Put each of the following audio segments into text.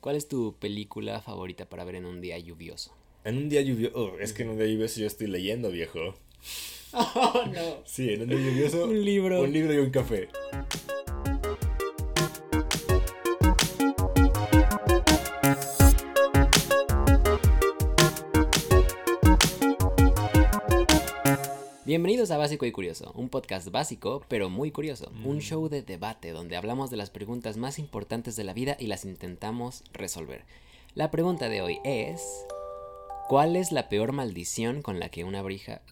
¿Cuál es tu película favorita para ver en un día lluvioso? En un día lluvioso. oh, es que en un día lluvioso yo estoy leyendo, viejo. Oh, no. Sí, en un día lluvioso. Un libro. Un libro y un café. Bienvenidos a Básico y Curioso, un podcast básico pero muy curioso, un show de debate donde hablamos de las preguntas más importantes de la vida y las intentamos resolver. La pregunta de hoy es, ¿cuál es la peor maldición con la que una brija...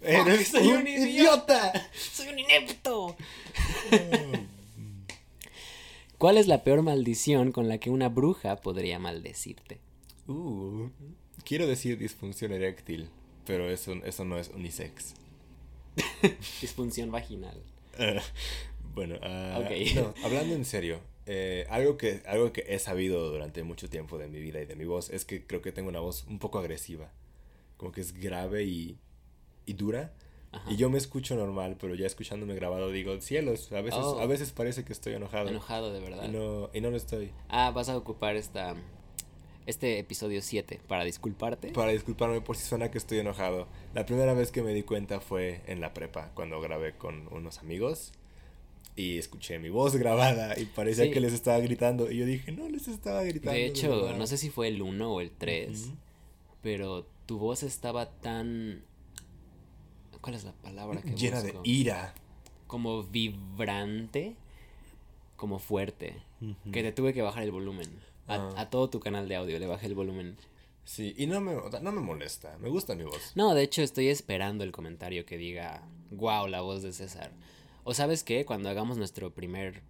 ¡Eres soy un idiota! ¡Soy un inepto! ¿Cuál es la peor maldición con la que una bruja podría maldecirte? Uh, quiero decir disfunción eréctil, pero eso, eso no es unisex. Disfunción vaginal. Eh, bueno, ah, Ok. no, hablando en serio, eh, algo, que, algo que he sabido durante mucho tiempo de mi vida y de mi voz es que creo que tengo una voz un poco agresiva. Como que es grave y, y dura. Ajá. Y yo me escucho normal, pero ya escuchándome grabado digo, cielos, a veces, Oh. a veces parece que estoy enojado. Enojado de verdad. Y no, y no lo estoy. Ah, vas a ocupar esta este episodio 7 para disculparte. Para disculparme por si suena que estoy enojado. La primera vez que me di cuenta fue en la prepa, cuando grabé con unos amigos. Y escuché mi voz grabada y parecía Sí. que les estaba gritando. Y yo dije, no les estaba gritando. de hecho, verdad". no sé si fue el 1 o el 3, Ujú. pero tu voz estaba tan ¿Cuál es la palabra que Llena busco? de ira. Como vibrante, como fuerte, que te tuve que bajar el volumen. A, Ah. a todo tu canal de audio le bajé el volumen. Sí, y no me, o sea, no me molesta. Me gusta mi voz. No, de hecho estoy esperando el comentario que diga, wow, la voz de César. O sabes qué, cuando hagamos nuestro primer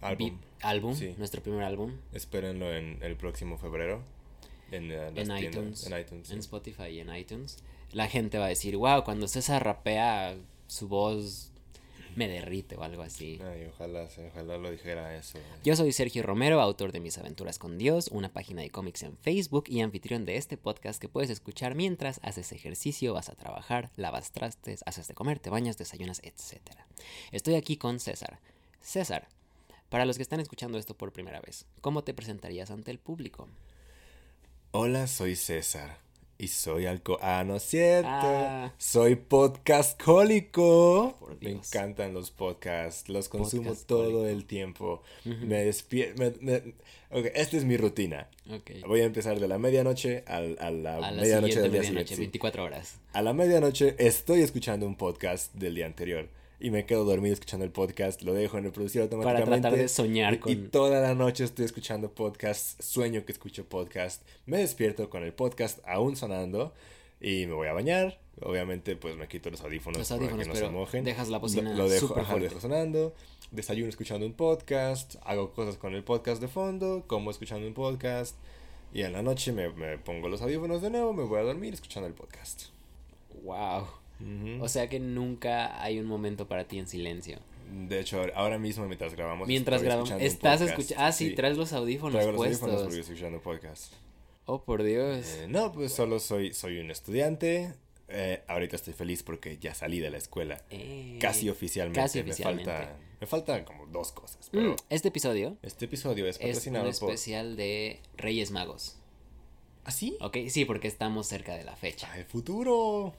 Álbum. vi- álbum, Sí. nuestro primer álbum, Espérenlo en el próximo febrero. En, eh, las en tiendas- iTunes, En iTunes. sí. en Spotify y en iTunes, la gente va a decir, wow, cuando César rapea, su voz me derrite o algo así. Ay, ojalá, sí, ojalá lo dijera eso. eh. Yo soy Sergio Romero, autor de Mis Aventuras con Dios, una página de cómics en Facebook y anfitrión de este podcast que puedes escuchar mientras haces ejercicio, vas a trabajar, lavas trastes, haces de comer, te bañas, desayunas, etc. Estoy aquí con César. César, para los que están escuchando esto por primera vez, ¿cómo te presentarías ante el público? Hola, soy César. Y soy alco... Ah, no es cierto. Ah. Soy podcast cólico. Por Me Dios. encantan los podcasts. Los consumo todo Podcastcólico. el tiempo. Me despierto. esta es mi rutina. Ok. Voy a empezar de la medianoche al- a la, A la medianoche siguiente del día medianoche, siguiente. sí. 24 horas. A la medianoche estoy escuchando un podcast del día anterior. Y me quedo dormido escuchando el podcast, lo dejo en reproducir Para automáticamente. tratar de soñar Y con... toda la noche estoy escuchando podcast, sueño que escucho podcast, me despierto con el podcast aún sonando y me voy a bañar. Obviamente, pues me quito los audífonos, Los para audífonos, que no pero se mojen. dejas la bocina Lo, lo dejo, súper ajá, lo fuerte. dejo sonando. Desayuno escuchando un podcast, hago cosas con el podcast de fondo, como escuchando un podcast. Y en la noche me, me pongo los audífonos de nuevo, me voy a dormir escuchando el podcast. Wow. Ujú. O sea que nunca hay un momento para ti en silencio. de hecho, ahora- ahora mismo mientras grabamos. Mientras estoy grabamos, escuchando un estás podcast. escuchando. Ah, sí, traes los audífonos Traigo los puestos. audífonos porque estoy escuchando podcast. Oh, por Dios. Eh, no, pues solo soy, soy un estudiante. Eh, ahorita estoy feliz porque ya salí de la escuela. Eh. Casi oficialmente. casi me oficialmente. falta- Me faltan como dos cosas. Pero Mm, este episodio este episodio es es un patrocinado por. especial de Reyes Magos. ¿Ah, sí? Ok, sí, porque estamos cerca de la fecha. Ah, ¡El futuro!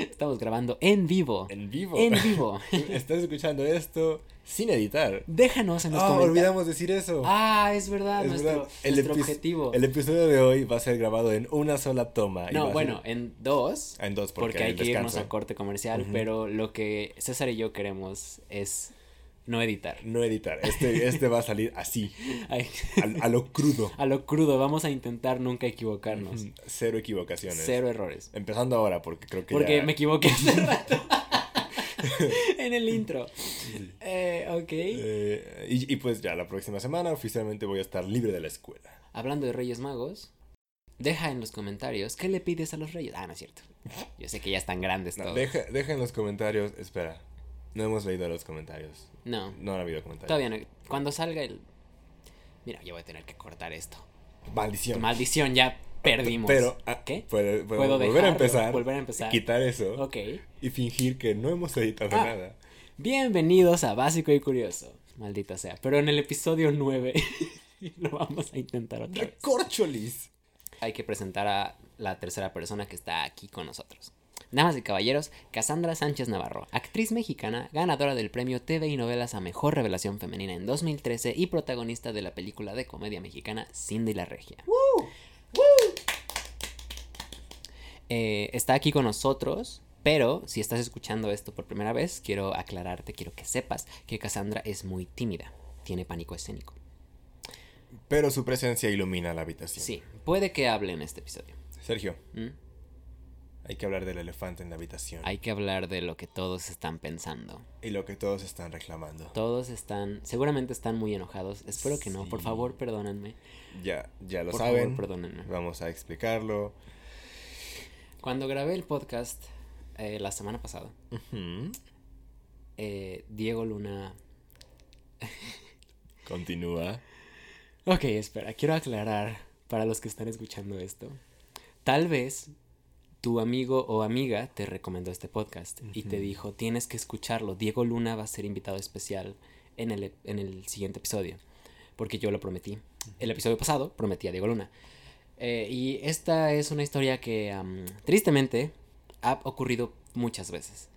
Estamos grabando en vivo. En vivo. En vivo. Estás escuchando esto sin editar. Déjanos en los Ah, comentarios. olvidamos decir eso. Ah, es verdad, Es nuestro, verdad. El nuestro epi- objetivo. El episodio de hoy va a ser grabado en una sola toma. y va a No, ser- bueno, en dos. En dos, porque, porque hay el que irnos descanso. a corte comercial, Ujú. pero lo que César y yo queremos es no editar. No editar. Este, este va a salir así, Ay, a- a lo crudo. a lo crudo, vamos a intentar nunca equivocarnos. Ujú. Cero equivocaciones. Cero errores. Empezando ahora, porque creo que Porque ya- me equivoqué hace rato. en el intro. Eh, ok. Eh, y, y pues ya, la próxima semana oficialmente voy a estar libre de la escuela. Hablando de Reyes Magos, deja en los comentarios qué le pides a los Reyes. Ah, no es cierto. Yo sé que ya están grandes No, todos. deja, deja en los comentarios... Espera, no hemos leído los comentarios. No, No han habido comentarios. todavía no. Cuando salga el. Mira, yo voy a tener que cortar esto. Maldición. Maldición, ya perdimos. Pero, ah, ¿Qué? puede- puedo, Puedo volver dejarlo, a empezar, volver a empezar. quitar eso Ok. y fingir que no hemos editado Ah. nada. Bienvenidos a Básico y Curioso. Maldita sea. Pero en el episodio 9. Lo vamos a intentar otra vez. ¡Recorcholis! Hay que presentar a la tercera persona que está aquí con nosotros. Damas y caballeros, Cassandra Sánchez Navarro, actriz mexicana, ganadora del premio TV y novelas a Mejor Revelación Femenina en 2013 y protagonista de la película de comedia mexicana Cindy la Regia. Eh, está aquí con nosotros, pero si estás escuchando esto por primera vez, quiero aclararte, quiero que sepas que Cassandra es muy tímida, tiene pánico escénico. Pero su presencia ilumina la habitación. Sí, puede que hable en este episodio. Sergio, ¿Mm? hay que hablar del elefante en la habitación. Hay que hablar de lo que todos están pensando. Y lo que todos están reclamando. Todos están, seguramente están muy enojados. Espero que no. Por Sí. favor, perdónenme. Ya, ya lo Por saben. favor, perdónenme. Vamos a explicarlo. Cuando grabé el podcast eh, la semana pasada, Ujú. eh, Diego Luna. Continúa. Ok, espera, quiero aclarar para los que están escuchando esto. Tal vez tu amigo o amiga te recomendó este podcast y te Ujú. dijo: tienes que escucharlo. Diego Luna va a ser invitado especial en el, en el siguiente episodio. Porque yo lo prometí. El episodio pasado prometí a Diego Luna. Eh, y esta es una historia que, am, tristemente, ha ocurrido muchas veces.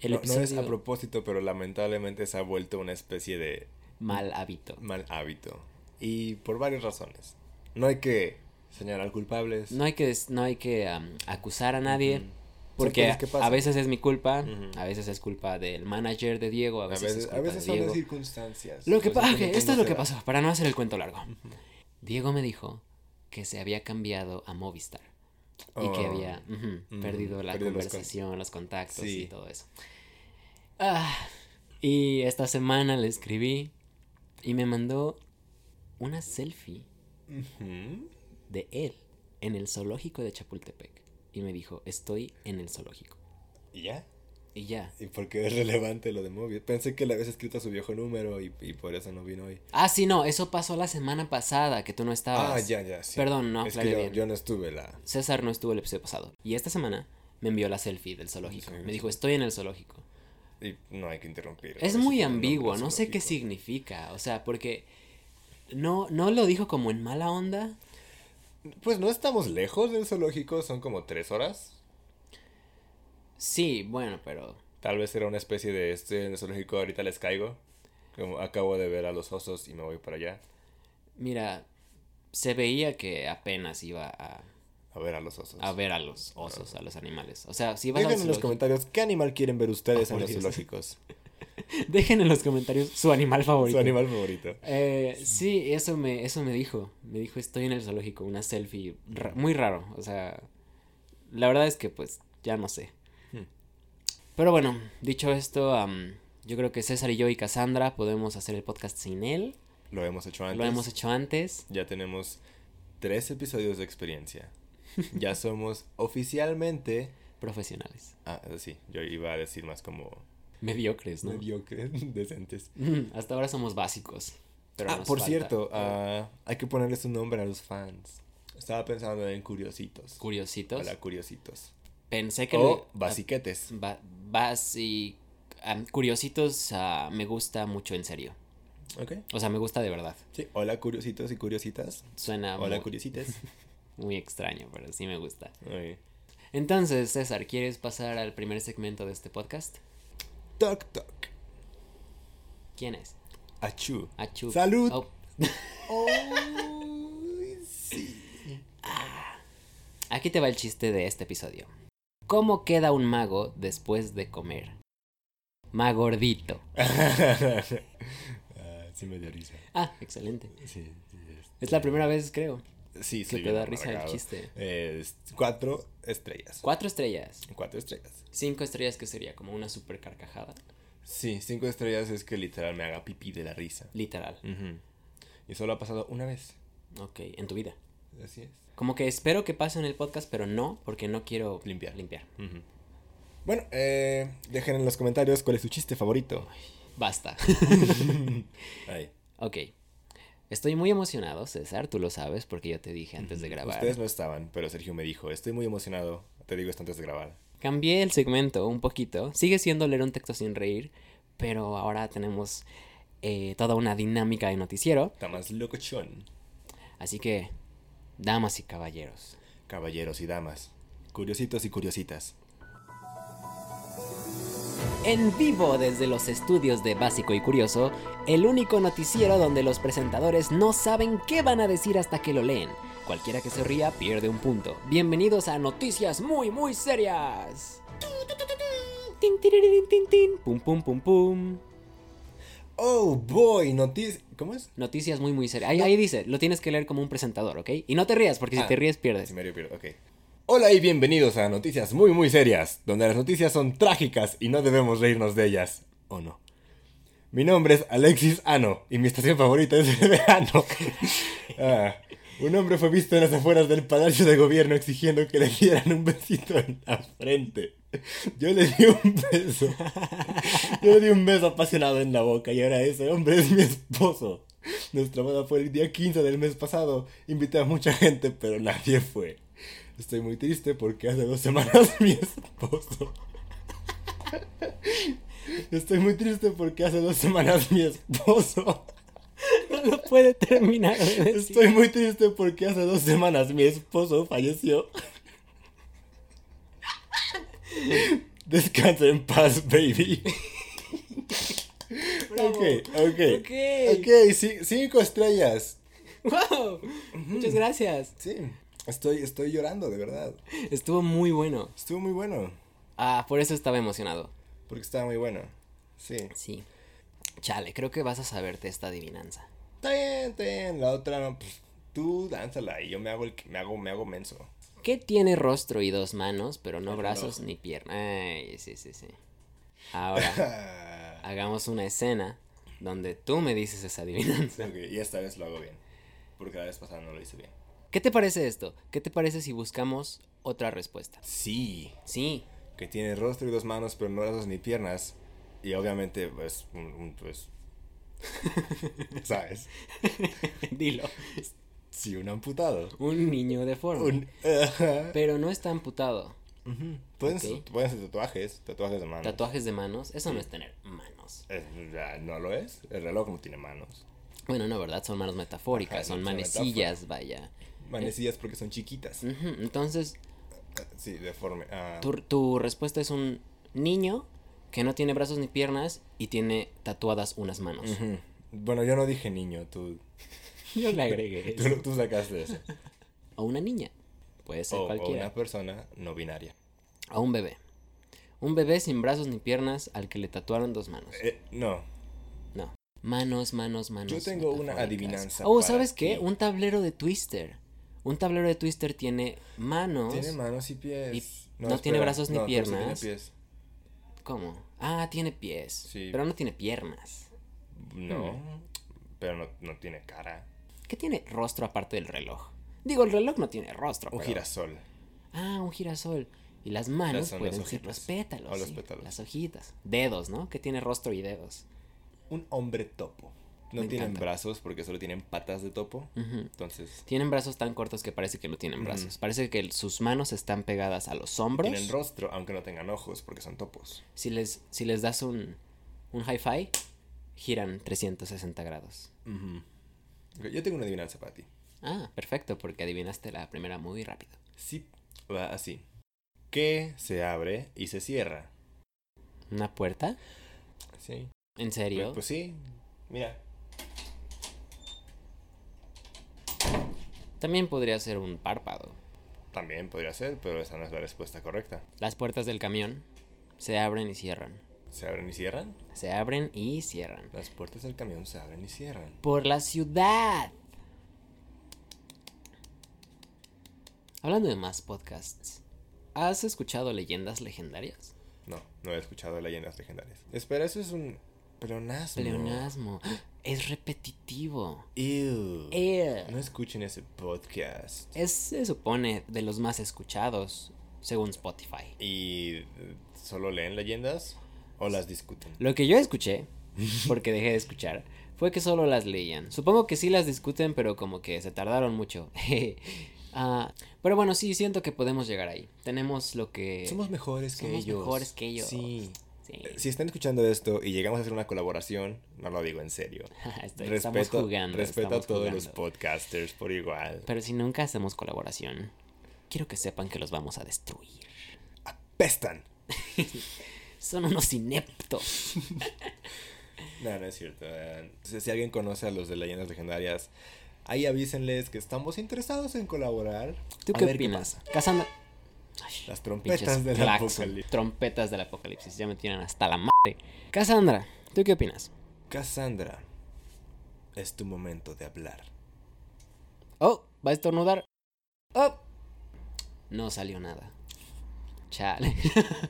El no, no es a episodio- propósito, pero lamentablemente se ha vuelto una especie de mal hábito. mal hábito. Y por varias razones. No hay que señalar culpables. No hay que, des- no hay que am, acusar a nadie. Ujú. Porque cosas que pasan. a veces es mi culpa, Ujú. a veces es culpa del manager de Diego, a A veces, veces, es a culpa veces de son Pues Diego. las circunstancias. Lo que Cosas pasa, uno esto es lo conoce, que ¿verdad? pasó, para no hacer el cuento largo. Diego me dijo que se había cambiado a Movistar y que Oh. había ujú, Mm, perdido la perdido los con- conversación, los, contactos y Sí. todo eso. Ah, y esta semana le escribí y me mandó una selfie Ujú. de él en el zoológico de Chapultepec y me dijo, estoy en el zoológico. ¿Y ya? Y ya. ¿Y por qué es relevante lo de Mobius? Pensé que le habías escrito a su viejo número y, y por eso no vino hoy. Ah, sí, no, eso pasó la semana pasada que tú no estabas. Ah, ya, ya, sí. Perdón, no es aclaré que yo, bien. yo no estuve la... César no estuvo el episodio pasado. Y esta semana me envió la selfie del zoológico. Sí, me sí. dijo, estoy en el zoológico. Y no hay que interrumpir. Es Ahora sí muy tiene un nombre ambiguo, no sé qué zoológico. significa. O sea, porque no, no lo dijo como en mala onda. Pues no estamos lejos del zoológico, son como tres horas. Sí, bueno, pero... Tal vez era una especie de estoy en el zoológico, ahorita les caigo. Como acabo de ver a los osos y me voy para allá. Mira, se veía que apenas iba a, A ver a los osos. a ver a los osos, a los animales. O sea, si vas Dejen al en los zoológico- comentarios qué animal quieren ver ustedes Oh, por en los Dios. zoológicos. Dejen en los comentarios su animal favorito. Su animal favorito. Eh, sí, eso me, eso me dijo. Me dijo, estoy en el zoológico, una selfie. ra- muy raro, o sea. La verdad es que, pues, ya no sé. Hmm. Pero bueno, dicho esto, am, yo creo que César y yo y Cassandra podemos hacer el podcast sin él. Lo hemos hecho antes. Lo hemos hecho antes. Ya tenemos tres episodios de experiencia. Ya somos oficialmente. Profesionales. Ah, sí, yo iba a decir más como Mediocres, ¿no? mediocres, decentes. Mm, Hasta ahora somos básicos. Pero ah, nos por falta- cierto, ah, hay que ponerle su nombre a los fans. Estaba pensando en curiositos. Curiositos. Hola, curiositos. Pensé que. O le- Ah. basiquetes. Ba- vas y am, curiositos ah, me gusta mucho en serio. Ok. O sea, me gusta de verdad. Sí, hola, curiositos y curiositas. Suena Hola, mu- muy, curiositas. extraño, pero sí me gusta. Ay. Entonces, César, ¿quieres pasar al primer segmento de este podcast? Toc, toc. ¿Quién es? Achú. Achu. Salud. Oh, Ay, sí. aquí te va el chiste de este episodio. ¿Cómo queda un mago después de comer? Magordito. Ah, sí me dio risa. Ah, excelente. Sí, sí, es- Es la primera vez, creo, Sí, que soy te bien da risa el amargado. chiste. Eh, es- cuatro estrellas. Cuatro estrellas. Cuatro estrellas. Cinco estrellas que sería como una super carcajada. Sí, cinco estrellas es que literal me haga pipí de la risa. Literal. Ujú. Y solo ha pasado una vez. Ok, en tu vida. Así es. Como que espero que pase en el podcast, pero no, porque no quiero Limpiar. limpiar. Ujú. Bueno, eh, dejen en los comentarios cuál es su chiste favorito. Basta. Ay. ok. Estoy muy emocionado, César, tú lo sabes, porque yo te dije antes de grabar. Ustedes no estaban, pero Sergio me dijo, estoy muy emocionado. Te digo esto antes de grabar. Cambié el segmento un poquito. Sigue siendo leer un texto sin reír, pero ahora tenemos eh, toda una dinámica de noticiero. Está más locochón. Así que, damas y caballeros, Caballeros y damas, curiositos y curiositas. en vivo desde los estudios de Básico y Curioso, el único noticiero donde los presentadores no saben qué van a decir hasta que lo leen. Cualquiera que se ría pierde un punto. Bienvenidos a Noticias Muy Muy Serias. Tin, tirirín, tin, tin. Pum pum pum pum. Oh boy, noticias. ¿Cómo es? Noticias muy muy serias. Ahí, ahí dice, lo tienes que leer como un presentador, ¿ok? Y no te rías, porque si Ah. te ríes pierdes. Si me río, pierdo, ok. Hola y bienvenidos a Noticias Muy Muy Serias, donde las noticias son trágicas y no debemos reírnos de ellas, ¿o no? Mi nombre es Alexis Ano y mi estación favorita es el verano. Ah, un hombre fue visto en las afueras del Palacio de Gobierno exigiendo que le dieran un besito en la frente. Yo le di un beso. Yo le di un beso apasionado en la boca y ahora ese hombre es mi esposo. Nuestra boda fue el día 15 del mes pasado. Invité a mucha gente, pero nadie fue. Estoy muy triste porque hace dos semanas mi esposo. Estoy muy triste porque hace dos semanas mi esposo. No lo puede terminar. de decir. Estoy muy triste porque hace dos semanas mi esposo falleció. Descansa en paz, baby. Bravo. Ok, ok. Ok. Ok, ci- cinco estrellas. ¡Wow! Muchas gracias. Sí, estoy, estoy llorando, de verdad. Estuvo muy bueno. Estuvo muy bueno. Ah, por eso estaba emocionado. Porque estaba muy bueno. Sí. Sí. Chale, creo que vas a saberte esta adivinanza. Está bien, está bien. La otra, no, pues, tú lánzala y yo me hago el que me hago, me hago menso. ¿Qué tiene rostro y dos manos, pero no El brazos reloj. ni piernas? Ay, sí, sí, sí. Ahora, Ah, hagamos una escena donde tú me dices esa adivinanza. ok, y esta vez lo hago bien. Porque la vez pasada no lo hice bien. ¿Qué te parece esto? ¿Qué te parece si buscamos otra respuesta? Sí. Sí, Que tiene rostro y dos manos, pero no brazos ni piernas. Y obviamente, pues, un, un, pues. ¿Sabes? dilo. Sí, un amputado. Un niño deforme. Un. Pero no está amputado. Ujú. Pueden, ser- Ok. pueden ser tatuajes, tatuajes de manos. Tatuajes de manos, eso no es tener manos. Eh, ya, no lo es. El reloj no tiene manos. Bueno, no, ¿verdad? Son manos metafóricas, Ajá, son son manecillas, vaya. Manecillas porque son chiquitas. Ujú, Entonces, Sí, deforme. Ah, tu, tu respuesta es un niño que no tiene brazos ni piernas y tiene tatuadas unas manos. Ujú. Bueno, yo no dije niño, tú, Yo le agregué tú, tú sacaste eso. O una niña, puede ser O, o cualquiera. una persona no binaria. O un bebé. Un bebé sin brazos ni piernas al que le tatuaron dos manos. Eh, no, No. Manos, manos, manos. Yo tengo una metafóricas. adivinanza Oh, para ¿sabes qué? ti. Un tablero de Twister. Un tablero de Twister tiene manos. tiene manos y pies. Y no tiene brazos ni no, pero sí tiene piernas. pies. ¿Cómo? Ah, tiene pies. Sí. Pero no tiene piernas. No, Mm. pero no, no tiene cara. ¿Qué tiene rostro aparte del reloj? Digo, el reloj no tiene rostro. Un pero- girasol. Ah, un girasol. Y las manos son las pueden ser hojitas. los pétalos. O los sí, pétalos. Las hojitas. Dedos, ¿no? Que tiene rostro y dedos. Un hombre topo. No Me tienen encanta. brazos porque solo tienen patas de topo. Ujú. Entonces, Tienen brazos tan cortos que parece que no tienen Ujú. brazos. Parece que el- sus manos están pegadas a los hombros. tienen rostro aunque no tengan ojos porque son topos. si, les, si les das un, un hi-fi, giran 360 grados. Ujú. Ok, Yo tengo una adivinanza para ti. Ah, perfecto, porque adivinaste la primera muy rápido. Sí, va así. ¿Qué se abre y se cierra? ¿Una puerta? Sí. ¿En Pues- serio? Pues, sí, mira. pues, También podría ser un párpado. También podría ser, pero esa no es la respuesta correcta. Las puertas del camión se abren y cierran. ¿Se abren y cierran? Se abren y cierran. Las puertas del camión se abren y cierran. Por la ciudad. Hablando de más podcasts, ¿has escuchado leyendas legendarias? No, no he escuchado leyendas legendarias. Espera, eso es un pleonasmo. Pleonasmo. Es repetitivo. Ew. Eh. No escuchen ese podcast. Es, se supone, de los más escuchados, según Spotify. ¿Y eh, solo leen leyendas o las discuten? Lo que yo escuché, porque dejé de escuchar, fue que solo las leían. Supongo que sí las discuten, pero como que se tardaron mucho. Ah, pero bueno, sí, siento que podemos llegar ahí. Tenemos lo que... Somos mejores que somos ellos. mejores que ellos. Sí. Sí. Si están escuchando esto y llegamos a hacer una colaboración, no lo digo en serio. Estoy- estamos jugando. respeto estamos a todos jugando. los podcasters por igual. Pero si nunca hacemos colaboración, quiero que sepan que los vamos a destruir. ¡Pestan! Son unos ineptos. No, no es cierto. eh, Si, si alguien conoce a los de leyendas legendarias, ahí avísenles que estamos interesados en colaborar. ¿Tú A qué ver opinas? Cassandra. Ay, Las pinches trompetas del claxon, apocalipsis. Trompetas del apocalipsis. Ya me tienen hasta la madre. Cassandra, ¿tú qué opinas? Cassandra, es tu momento de hablar. Oh, va a estornudar. Oh. No salió nada. Chale.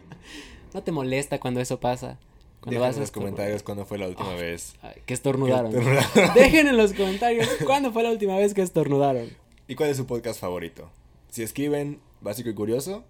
¿No te molesta cuando eso pasa? Cuando Dejen en los estornudar. comentarios cuándo fue la última Ah, vez. Ay, que estornudaron. que estornudaron. Dejen en los comentarios cuándo fue la última vez que estornudaron. ¿Y cuál es su podcast favorito? Si escriben Básico y Curioso,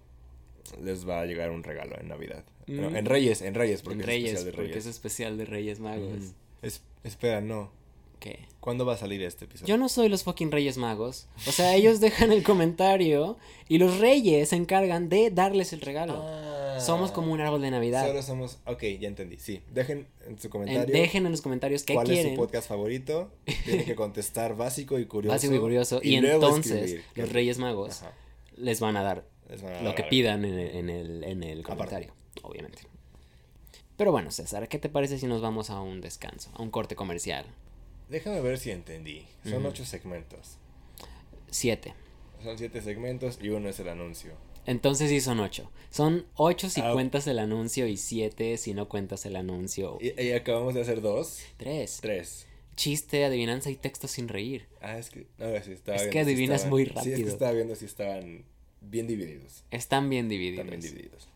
les va a llegar un regalo en Navidad. No, Mm. en Reyes, en Reyes, porque En es Reyes, especial de porque es Reyes. especial de Reyes Magos. Ujú. Es- espera, no. ¿Qué? ¿Cuándo va a salir este episodio? Yo no soy los fucking Reyes Magos. O sea, ellos dejan el comentario y los Reyes se encargan de darles el regalo. Ah. Somos como un árbol de Navidad. Solo somos. Ok, ya entendí. Sí, dejen en su En- comentario. dejen en los comentarios qué ¿Cuál es quieren. su podcast favorito? Tienen que contestar básico y curioso. Básico y curioso. Y, luego entonces escribir. los Reyes Magos Ajá. les van a dar Les van a lo dar que algo. pidan en el, en el, en el Aparte. comentario, obviamente. Pero bueno, César, ¿qué te parece si nos vamos a un descanso, a un corte comercial? Déjame ver si entendí. Son Ujú. ocho segmentos. Siete. Son siete segmentos y uno es el anuncio. Entonces sí son ocho. Son ocho si Ah, ok. cuentas el anuncio y siete si no cuentas el anuncio. Y, y acabamos de hacer dos. Tres. Tres. Chiste, adivinanza y texto sin reír. Ah, es que. No, sí, estaba Es viendo que si adivinas estaban- muy Sí, es que rápido. estaba viendo si estaban bien divididos. Están bien divididos. Están bien divididos.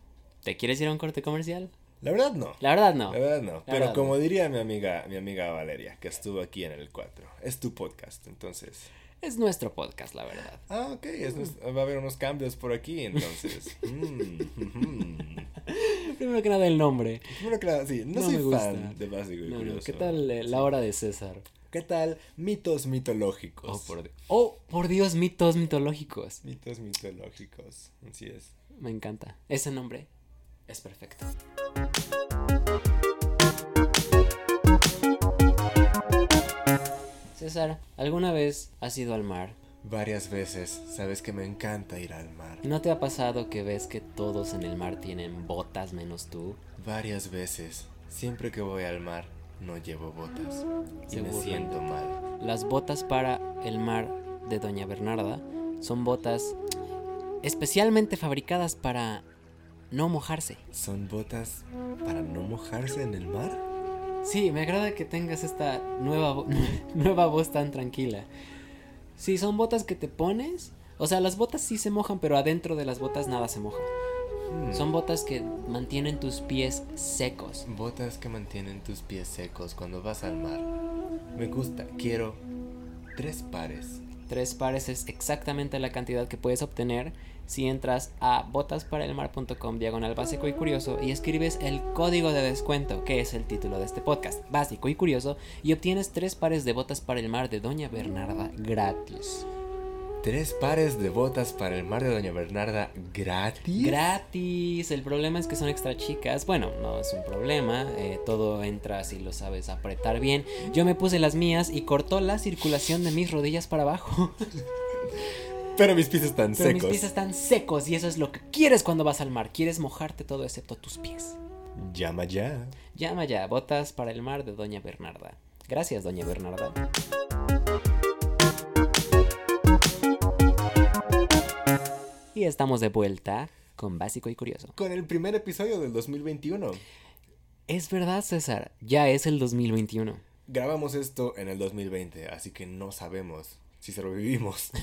¿Te quieres ir a un corte comercial? La verdad, no. La verdad no. La verdad no. Pero verdad como diría mi amiga, mi amiga Valeria, que estuvo aquí en el 4, es tu podcast, entonces. Es nuestro podcast, la verdad. Ah, ok, Mm. es nos- va a haber unos cambios por aquí, entonces. Mm, mm. Primero que nada el nombre. Primero que nada, sí, no, No soy me gusta. fan de Básico y No, no, Curioso. ¿Qué tal eh, la hora de César? ¿Qué tal mitos mitológicos? Oh por, Dios. oh, por Dios, mitos mitológicos. Mitos mitológicos, así es. Me encanta. Ese nombre es perfecto. César, ¿alguna vez has ido al mar? Varias veces, sabes que me encanta ir al mar. ¿No te ha pasado que ves que todos en el mar tienen botas menos tú? Varias veces, siempre que voy al mar, no llevo botas. Y me Seguro. siento mal. Las botas para el mar de Doña Bernarda son botas especialmente fabricadas para no mojarse. ¿Son botas para no mojarse en el mar? Sí, me agrada que tengas esta nueva, vo- nueva voz tan tranquila. Sí, son botas que te pones. O sea, las botas sí se mojan, pero adentro de las botas nada se moja. Hmm. Son botas que mantienen tus pies secos. botas que mantienen tus pies secos cuando vas al mar. Me gusta, quiero tres pares. Tres pares es exactamente la cantidad que puedes obtener si entras a botasparaelmar.com diagonal básico y curioso y escribes el código de descuento, que es el título de este podcast, básico y curioso, y obtienes tres pares de botas para el mar de Doña Bernarda gratis. ¿Tres pares de botas para el mar de Doña Bernarda gratis? Gratis, el problema es que son extra chicas. Bueno, no es un problema, eh, todo entra si lo sabes apretar bien. Yo me puse las mías y cortó la circulación de mis rodillas para abajo. Pero mis pies están Pero mis secos. pies están secos y eso es lo que quieres cuando vas al mar. Quieres mojarte todo excepto tus pies. Llama ya. Llama ya, botas para el mar de Doña Bernarda. Gracias, Doña Bernarda. Y estamos de vuelta con Básico y Curioso. Con el primer episodio del 2021. Es verdad, César, ya es el 2021. Grabamos esto en el 2020, así que no sabemos si sobrevivimos.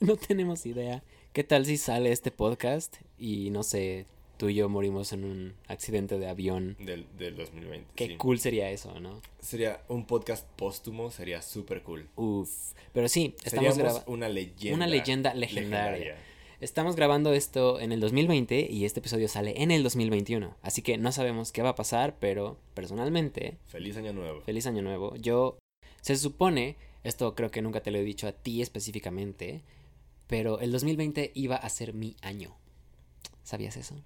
No tenemos idea. ¿Qué tal si sale este podcast y no sé, tú y yo morimos en un accidente de avión? Del, del 2020. Qué sí. cool sería eso, ¿no? Sería un podcast póstumo, sería súper cool. Uf. Pero sí, estamos, Seríamos graba- una leyenda. una leyenda legendaria. estamos grabando esto en el 2020 y este episodio sale en el 2021. Así que no sabemos qué va a pasar, pero personalmente Feliz año nuevo. Feliz año nuevo. Yo se supone, esto creo que nunca te lo he dicho a ti específicamente, pero el 2020 iba a ser mi año. ¿Sabías eso?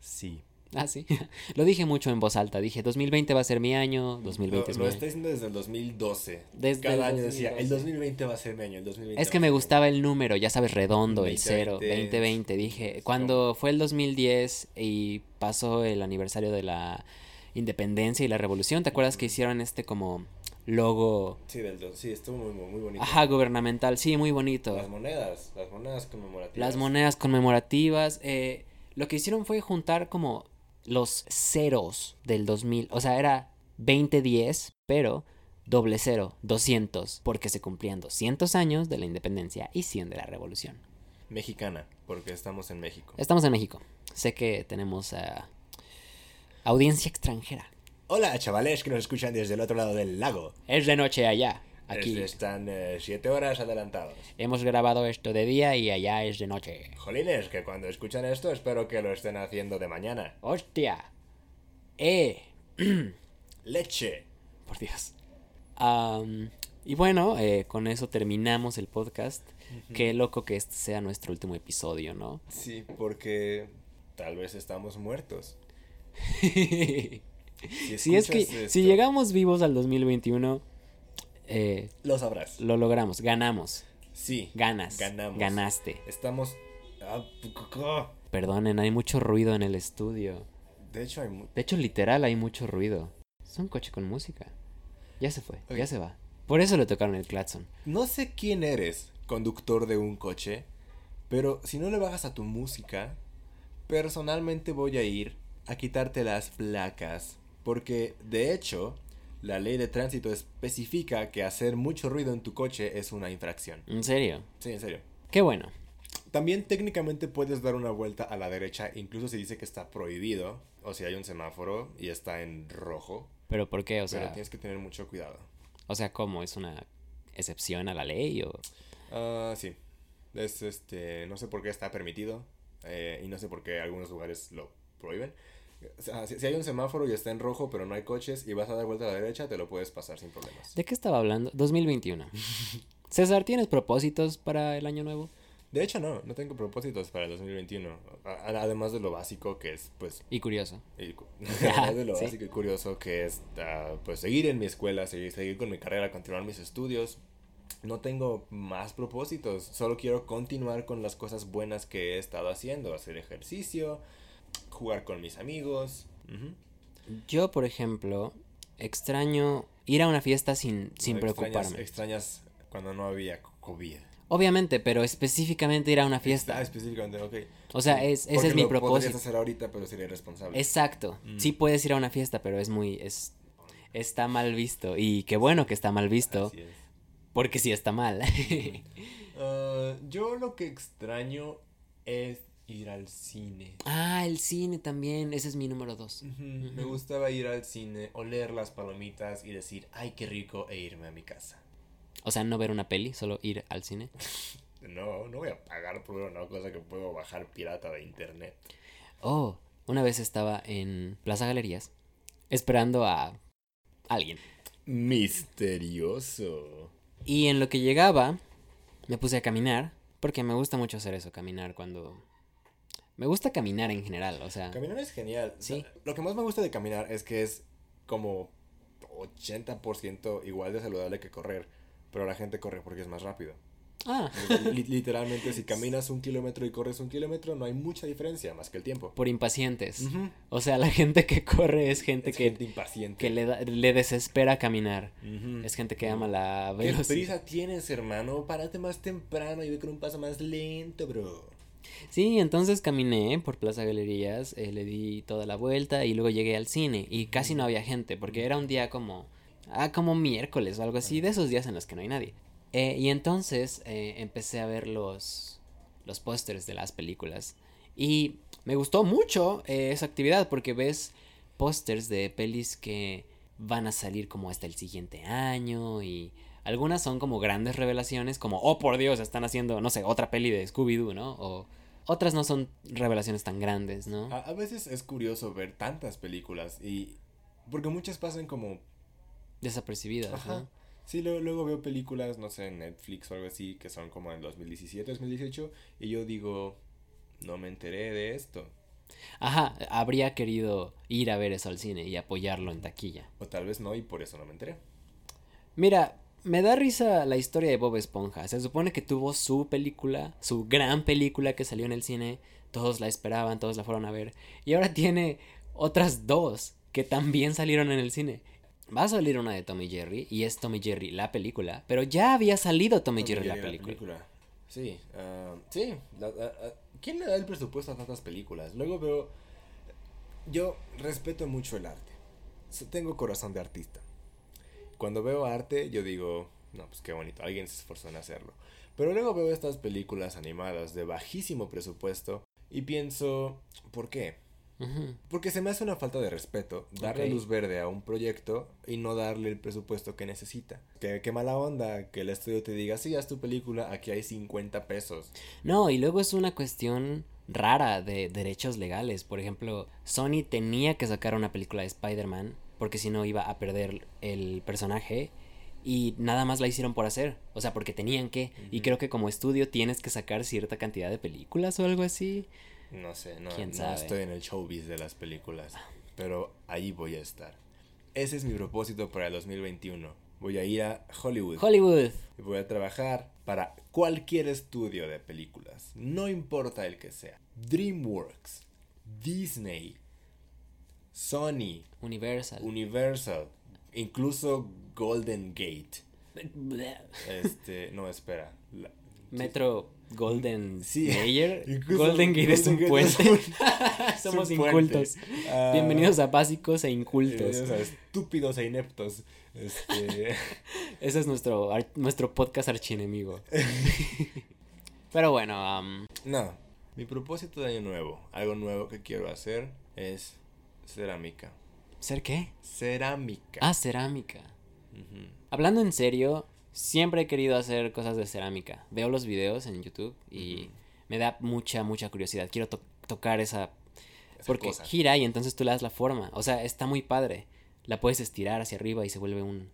Sí. Ah, sí. Lo dije mucho en voz alta. Dije, 2020 va a ser mi año, 2020 Lo, es lo mi está año. diciendo desde el 2012. Desde Cada el año decía, 2012. el 2020 va a ser mi año, el 2020 Es que va me a ser mi año". gustaba el número, ya sabes, redondo, el 0, 2020. 2020. Dije, cuando fue el 2010 y pasó el aniversario de la independencia y la revolución, ¿te acuerdas que hicieron este como logo, Sí, del dos- sí, estuvo muy, muy muy bonito. ajá, gubernamental? Sí, muy bonito. Las monedas, las monedas conmemorativas. Las monedas conmemorativas. eh, lo que hicieron fue juntar como los ceros del 2000. O sea, era 2010, pero doble cero, 200, porque se cumplían 200 años de la independencia y 100 de la revolución. Mexicana, porque estamos en México. Estamos en México. Sé que tenemos eh, audiencia extranjera. Hola, chavales que nos escuchan desde el otro lado del lago. Es de noche allá. Aquí Aquí. Están eh, siete horas adelantados. hemos grabado esto de día y allá es de noche. Jolines, que cuando escuchan esto espero que lo estén haciendo de mañana. ¡Hostia! ¡Eh! Leche. Por Dios. Am, y bueno, eh, con eso terminamos el podcast. Qué loco que este sea nuestro último episodio, ¿no? Sí, porque tal vez estamos muertos. Si, si es que escuchas esto, si llegamos vivos al 2021, eh, Lo sabrás. lo logramos, ganamos, Sí. ganas, Ganamos. ganaste. Estamos... ah, pu- cu- cu- Perdonen, hay mucho ruido en el estudio. De hecho hay... mu- De hecho, literal, hay mucho ruido. Es un coche con música. Ya se fue, Oye. ya se va. Por eso le tocaron el claxon. No sé quién eres, conductor de un coche, pero si no le bajas a tu música, personalmente voy a ir a quitarte las placas, porque de hecho la ley de tránsito especifica que hacer mucho ruido en tu coche es una infracción. En serio. Sí, en serio. Qué bueno. También técnicamente puedes dar una vuelta a la derecha, incluso si dice que está prohibido, o si hay un semáforo y está en rojo, Pero ¿por qué? O sea, pero tienes que tener mucho cuidado. O sea, ¿cómo? ¿Es una excepción a la ley o...? Ah, sí. Es este. No sé por qué está permitido. eh, y no sé por qué algunos lugares lo prohíben. O sea, si, si hay un semáforo y está en rojo, pero no hay coches y vas a dar vuelta a la derecha, te lo puedes pasar sin problemas. ¿De qué estaba hablando? 2021. César, ¿tienes propósitos para el año nuevo? De hecho, no, no tengo propósitos para el 2021. a- a- Además de lo básico que es, pues. Y curioso. y cu- además de lo Sí. básico y curioso que es, ah, pues, seguir en mi escuela, seguir, seguir con mi carrera, continuar mis estudios. No tengo más propósitos, solo quiero continuar con las cosas buenas que he estado haciendo, hacer ejercicio, jugar con mis amigos. Ujú. Yo, por ejemplo, extraño ir a una fiesta sin, sin Extrañas- preocuparme. Extrañas cuando no había co- COVID. Obviamente, pero específicamente ir a una Ah, fiesta. específicamente, ok. O sea, es- ese Porque es mi lo podrías propósito. hacer ahorita, pero sería irresponsable. Exacto. Mm. Sí puedes ir a una fiesta, pero es muy... Es, está mal visto. Y qué bueno que está mal visto, Así es. porque sí está mal. Ah, yo lo que extraño es ir al cine. ah, el cine también. Ese es mi número dos. Ujú, Me Ujú. gustaba ir al cine, oler las palomitas y decir, ay, qué rico, e irme a mi casa. O sea, no ver una peli, solo ir al cine. No, no voy a pagar por una cosa que puedo bajar pirata de internet. Oh, una vez estaba en Plaza Galerías esperando a alguien. Misterioso. Y en lo que llegaba, me puse a caminar, porque me gusta mucho hacer eso, caminar cuando... Me gusta caminar en general, o sea... Caminar es genial. O sea, Sí. lo que más me gusta de caminar es que es como 80% igual de saludable que correr. Pero la gente corre porque es más rápido. Ah, Li- Literalmente, si caminas un kilómetro y corres un kilómetro, no hay mucha diferencia más que el tiempo. por impacientes. Ujú. O sea, la gente que corre es gente Es que, gente impaciente. que le, da- le desespera caminar. Ujú. Es gente que ama la Mm. ¿Qué velocidad. prisa tienes, hermano? Párate más temprano y ve con un paso más lento, bro. Sí, entonces caminé por Plaza Galerías, eh, le di toda la vuelta y luego llegué al cine y casi no había gente porque era un día como, ah, como miércoles o algo así, de esos días en los que no hay nadie. Eh, y entonces eh, empecé a ver los, los pósters de las películas y me gustó mucho eh, esa actividad porque ves pósters de pelis que van a salir como hasta el siguiente año y algunas son como grandes revelaciones como, oh por Dios, están haciendo, no sé, otra peli de Scooby-Doo, ¿no? O otras no son revelaciones tan grandes, ¿no? A, a veces es curioso ver tantas películas y. Porque muchas pasan como. Desapercibidas, Ajá. ¿no? Sí, luego, luego veo películas, no sé, en Netflix o algo así, que son como en 2017, 2018, y yo digo, no me enteré de esto. Ajá, habría querido ir a ver eso al cine y apoyarlo en taquilla. O tal vez no y por eso no me enteré. Mira, me da risa la historia de Bob Esponja. Se supone que tuvo su película, su gran película que salió en el cine. Todos la esperaban, todos la fueron a ver. Y ahora tiene otras dos que también salieron en el cine. Va a salir una de Tommy Jerry y es Tommy Jerry la película, pero ya había salido Tommy, Jerry, la película. Sí, ah, sí. la- la- la- ¿Quién le da el presupuesto a tantas películas? Luego veo... Yo respeto mucho el arte. So- Tengo corazón de artista. Cuando veo arte, yo digo, no, pues qué bonito, alguien se esforzó en hacerlo. Pero luego veo estas películas animadas de bajísimo presupuesto y pienso, ¿por qué? Ujú. Porque se me hace una falta de respeto darle Ok. luz verde a un proyecto y no darle el presupuesto que necesita. Qué, qué mala onda que el estudio te diga, sí, haz tu película, aquí hay 50 pesos. No, y luego es una cuestión rara de derechos legales. Por ejemplo, Sony tenía que sacar una película de Spider-Man porque si no iba a perder el personaje y nada más la hicieron por hacer, o sea, porque tenían que. Y Ujú. creo que como estudio tienes que sacar cierta cantidad de películas o algo así. No sé, no, ¿Quién no sabe? estoy en el showbiz de las películas, pero ahí voy a estar. Ese es mi propósito para el 2021. Voy a ir a Hollywood. Hollywood. y voy a trabajar para cualquier estudio de películas, no importa el que sea. DreamWorks, Disney, Sony, Universal. Universal, incluso Golden Gate. Este, no, espera. la- Metro Golden Sí, Mayer. incluso Golden Gate es un Golden Gate es puente. un- Somos es un incultos. puente. Ah, Bienvenidos a Básicos e Incultos. bienvenidos a estúpidos e ineptos. Este, Ese es nuestro, ar- nuestro podcast archienemigo. Pero bueno, am, no, mi propósito de año nuevo, algo nuevo que quiero hacer es cerámica. ¿ser qué? Cerámica. Ah, cerámica. Ujú. Hablando en serio, siempre he querido hacer cosas de cerámica. Veo los videos en YouTube y Ujú. me da mucha, mucha curiosidad. Quiero to- tocar esa... Esa Porque cosa. gira y entonces tú le das la forma. O sea, está muy padre. La puedes estirar hacia arriba y se vuelve un...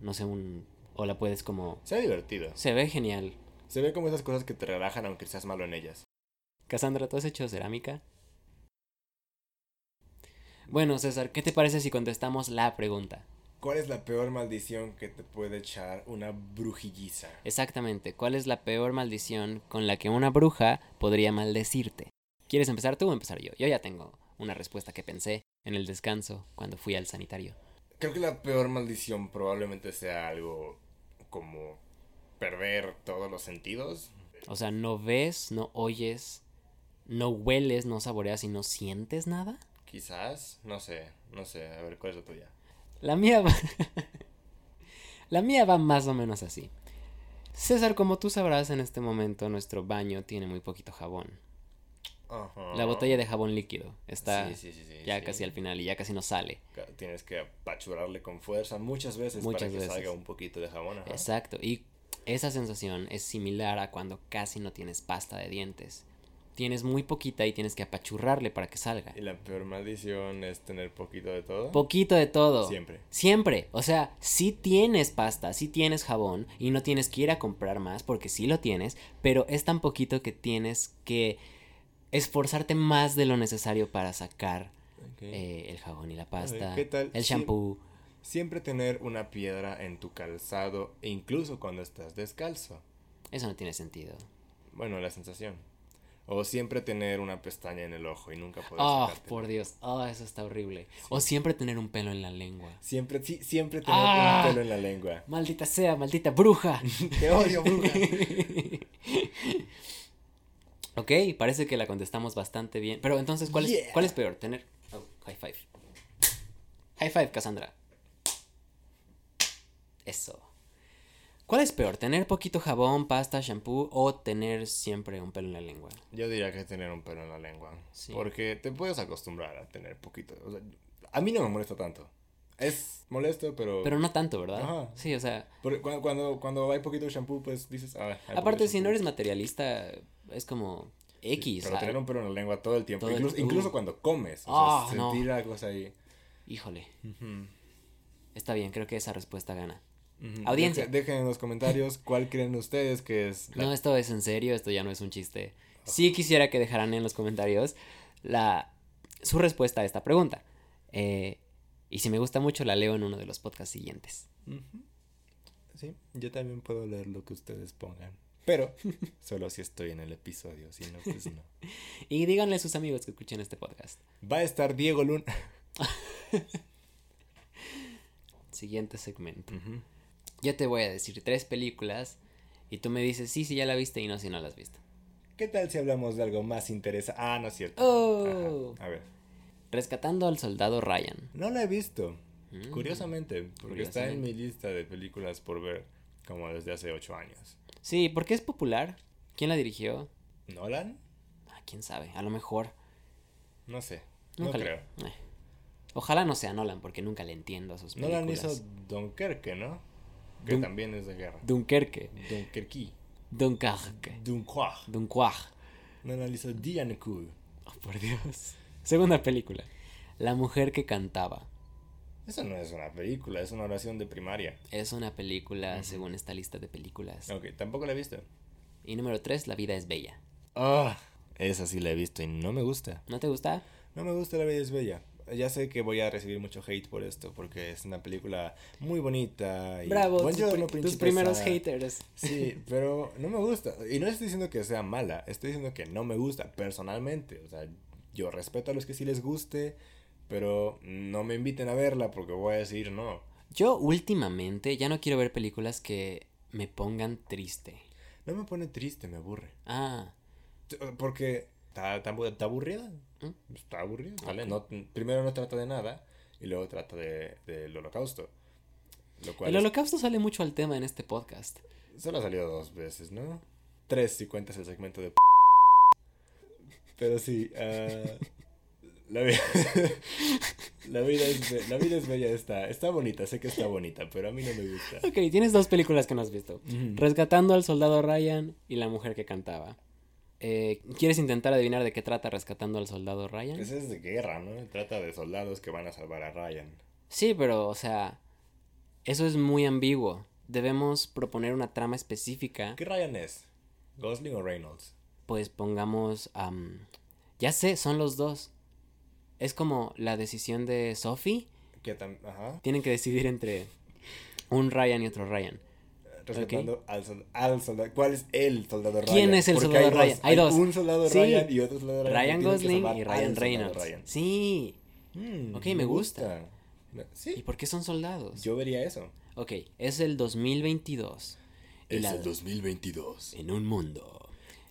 No sé, un... O la puedes como... Se ve divertido. Se ve genial. Se ve como esas cosas que te relajan aunque seas malo en ellas. Cassandra, ¿tú has hecho cerámica? Bueno, César, ¿qué te parece si contestamos la pregunta? ¿Cuál es la peor maldición que te puede echar una brujilliza? Exactamente, ¿cuál es la peor maldición con la que una bruja podría maldecirte? ¿Quieres empezar tú o empezar yo? Yo ya tengo una respuesta que pensé en el descanso cuando fui al sanitario. Creo que la peor maldición probablemente sea algo como perder todos los sentidos. O sea, no ves, no oyes, no hueles, no saboreas y no sientes nada. Quizás, no sé, no sé, a ver, ¿cuál es la tuya? La mía va. la mía va más o menos así. César, como tú sabrás, en este momento nuestro baño tiene muy poquito jabón. Ajá. La botella de jabón líquido está Ah. Oh. Sí, sí, sí, sí, ya sí. casi al final y ya casi no sale. Ca- Tienes que apachurarle con fuerza muchas veces Muchas para que veces. salga un poquito de jabón. ajá. Exacto. Y esa sensación es similar a cuando casi no tienes pasta de dientes. Tienes muy poquita y tienes que apachurrarle para que salga. Y la peor maldición es tener poquito de todo. Poquito de todo. Siempre. Siempre, o sea, si tienes pasta, si tienes jabón y no tienes que ir a comprar más porque sí lo tienes, pero es tan poquito que tienes que esforzarte más de lo necesario para sacar Ok. eh, el jabón y la pasta, ¿qué tal el si- shampoo. Siempre tener una piedra en tu calzado, e incluso cuando estás descalzo. Eso no tiene sentido. Bueno, la sensación. O siempre tener una pestaña en el ojo y nunca poder Oh, sacártela. por Dios, oh, eso está horrible. O siempre tener un pelo en la lengua. Siempre, sí, siempre tener Ah. un pelo en la lengua. Maldita sea, maldita bruja. Te odio, bruja. ok, parece que la contestamos bastante bien. Pero entonces, ¿cuál, es, Yeah. ¿cuál es peor? Tener. Oh, high five. High five, Cassandra. Eso. ¿Cuál es peor? ¿Tener poquito jabón, pasta, shampoo o tener siempre un pelo en la lengua? Yo diría que tener un pelo en la lengua. Sí. Porque te puedes acostumbrar a tener poquito. o sea, a mí no me molesta tanto. Es molesto, pero... Pero no tanto, ¿verdad? Ajá. Sí, o sea. por- cuando, cuando, cuando hay poquito shampoo, pues dices... "Ah, hay poquito Aparte, si shampoo". no eres materialista, es como X. Pero ah, tener un pelo en la lengua todo el tiempo. Todo el- Uh. incluso, incluso cuando comes. O Ah, sea, no. sentir la cosa ahí. Híjole. Ujú. Está bien, creo que esa respuesta gana. Ujú. Audiencia. Deje- Dejen en los comentarios cuál creen ustedes que es la No, esto es en serio, esto ya no es un chiste. Sí quisiera que dejaran en los comentarios la su respuesta a esta pregunta. Eh, y si me gusta mucho, la leo en uno de los podcasts siguientes. Sí, yo también puedo leer lo que ustedes pongan. Pero solo si estoy en el episodio, si no, pues no. Y díganle a sus amigos que escuchen este podcast. Va a estar Diego Luna. Siguiente segmento. Yo te voy a decir tres películas y tú me dices sí, sí, ya la viste y no, si no la has visto. ¿Qué tal si hablamos de algo más interesante? Ah, no es cierto. Oh. Ajá. A ver. Rescatando al soldado Ryan. No la he visto. Mm. Curiosamente, porque está en Curiosamente. mi lista de películas por ver como desde hace ocho años. Sí, porque es popular. ¿Quién la dirigió? ¿Nolan? Ah, quién sabe, a lo mejor. No sé. No Nunca le- creo. Eh. Ojalá no sea Nolan, porque nunca le entiendo a sus películas. Nolan hizo Dunkerque, ¿no? Que Dun- también es de guerra. Dunkerque. Dunkerque. Dunkerque. Dunkerque. Dunquag. Nolan hizo Diancourt. Oh, por Dios. Segunda película. La mujer que cantaba. Eso no es una película, es una oración de primaria. Es una película según esta lista de películas. Ok, tampoco la he visto. Y número tres, La vida es bella. Ah, esa sí la he visto y no me gusta. ¿No te gusta? No me gusta La Bella es Bella. Ya sé que voy a recibir mucho hate por esto, porque es una película muy bonita. Y Bravo, Buen tus, giorno, pri- tus princesa. primeros haters. Sí, pero no me gusta. Y no estoy diciendo que sea mala, estoy diciendo que no me gusta personalmente. O sea, yo respeto a los que sí les guste, pero no me inviten a verla porque voy a decir no. Yo últimamente ya no quiero ver películas que me pongan triste. No me pone triste, me aburre. Ah, T- Porque está, está abu- está aburrida. ¿Mm? Está aburrida. ¿vale? No, primero no trata de nada y luego trata de- del holocausto. Lo cual el es- holocausto sale mucho al tema en este podcast. Solo ha salido dos veces, ¿no? Tres si cuentas el segmento de p***. Pero sí, ah, la, vida, la, vida es be- la vida es bella, está, está bonita, sé que está bonita, pero a mí no me gusta. Ok, tienes dos películas que no has visto. Rescatando al soldado Ryan y la mujer que cantaba. Eh, ¿Quieres intentar adivinar de qué trata Rescatando al soldado Ryan? Esa Pues es de guerra, ¿no? Trata de soldados que van a salvar a Ryan. Sí, pero, o sea, eso es muy ambiguo. Debemos proponer una trama específica. ¿Qué Ryan es? ¿Gosling o Reynolds? Pues pongamos... am, ya sé, son los dos. Es como la decisión de Sophie. Que tam- Ajá. Tienen que decidir entre un Ryan y otro Ryan. Rescatando al, sol- al soldado. ¿Cuál es el soldado Ryan? ¿Quién es el soldado dos, Ryan? Hay dos. Un soldado Sí. Ryan y otro soldado Ryan. que Ryan tienen que Gosling salvar y al Ryan soldado Reynolds. Ryan. Sí. Mm, Ok, me gusta. Me- ¿Y pues, Sí, por qué son soldados? yo vería eso. Ok, es el 2022. Y la- 2022. En un mundo.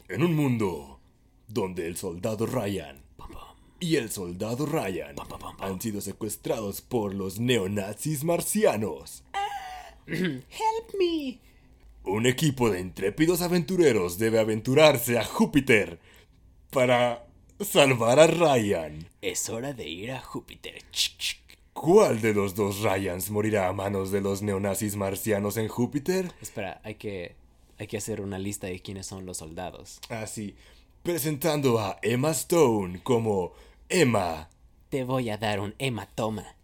En un mundo donde el soldado Ryan Pum, pum. y el soldado Ryan pam, pam, pam. han sido secuestrados por los neonazis marcianos. Help me. Un equipo de intrépidos aventureros debe aventurarse a Júpiter para salvar a Ryan. Es hora de ir a Júpiter. Ch, ch. ¿Cuál de los dos Ryans morirá a manos de los neonazis marcianos en Júpiter? Espera, hay que, hay que hacer una lista de quiénes son los soldados. Así, Ah, presentando a Emma Stone como Emma Te voy a dar un hematoma.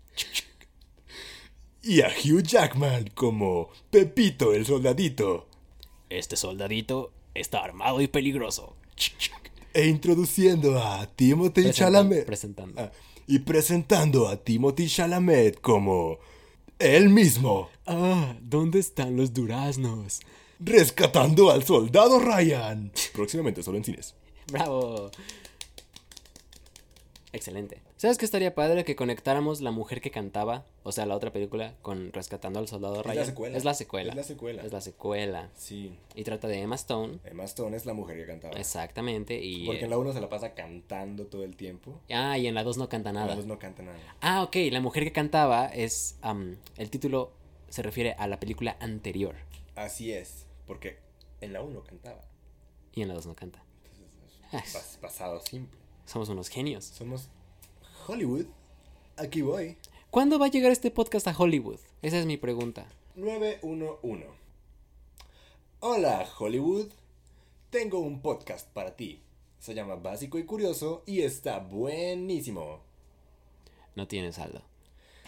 y a Hugh Jackman como Pepito el soldadito, Este soldadito está armado y peligroso. Ch, ch. e introduciendo a Timothy Presentan- Chalamet presentando. Ah, y presentando a Timothy Chalamet como él mismo, Ah, ¿dónde están los duraznos? rescatando al soldado Ryan. Próximamente solo en cines. Bravo. Excelente. ¿Sabes qué estaría padre que conectáramos la mujer que cantaba, o sea, la otra película, con Rescatando al Soldado Ryan? secuela. Es la secuela. Es la secuela. Es la secuela. Sí, Y trata de Emma Stone. Emma Stone es la mujer que cantaba. Exactamente. Y. Porque en la 1 se la pasa cantando todo el tiempo. Ah, y en la 2 no canta En la nada. 2 no canta nada. Ah, ok. La mujer que cantaba es. am, el título se refiere a la película anterior. Así es, porque en la 1 cantaba. Y en la 2 no canta. Pas- pasado simple. Somos unos genios. Somos Hollywood. Aquí voy. ¿Cuándo va a llegar este podcast a Hollywood? Esa es mi pregunta. 911. Hola Hollywood. Tengo un podcast para ti. Se llama Básico y Curioso y está buenísimo. No tienes saldo.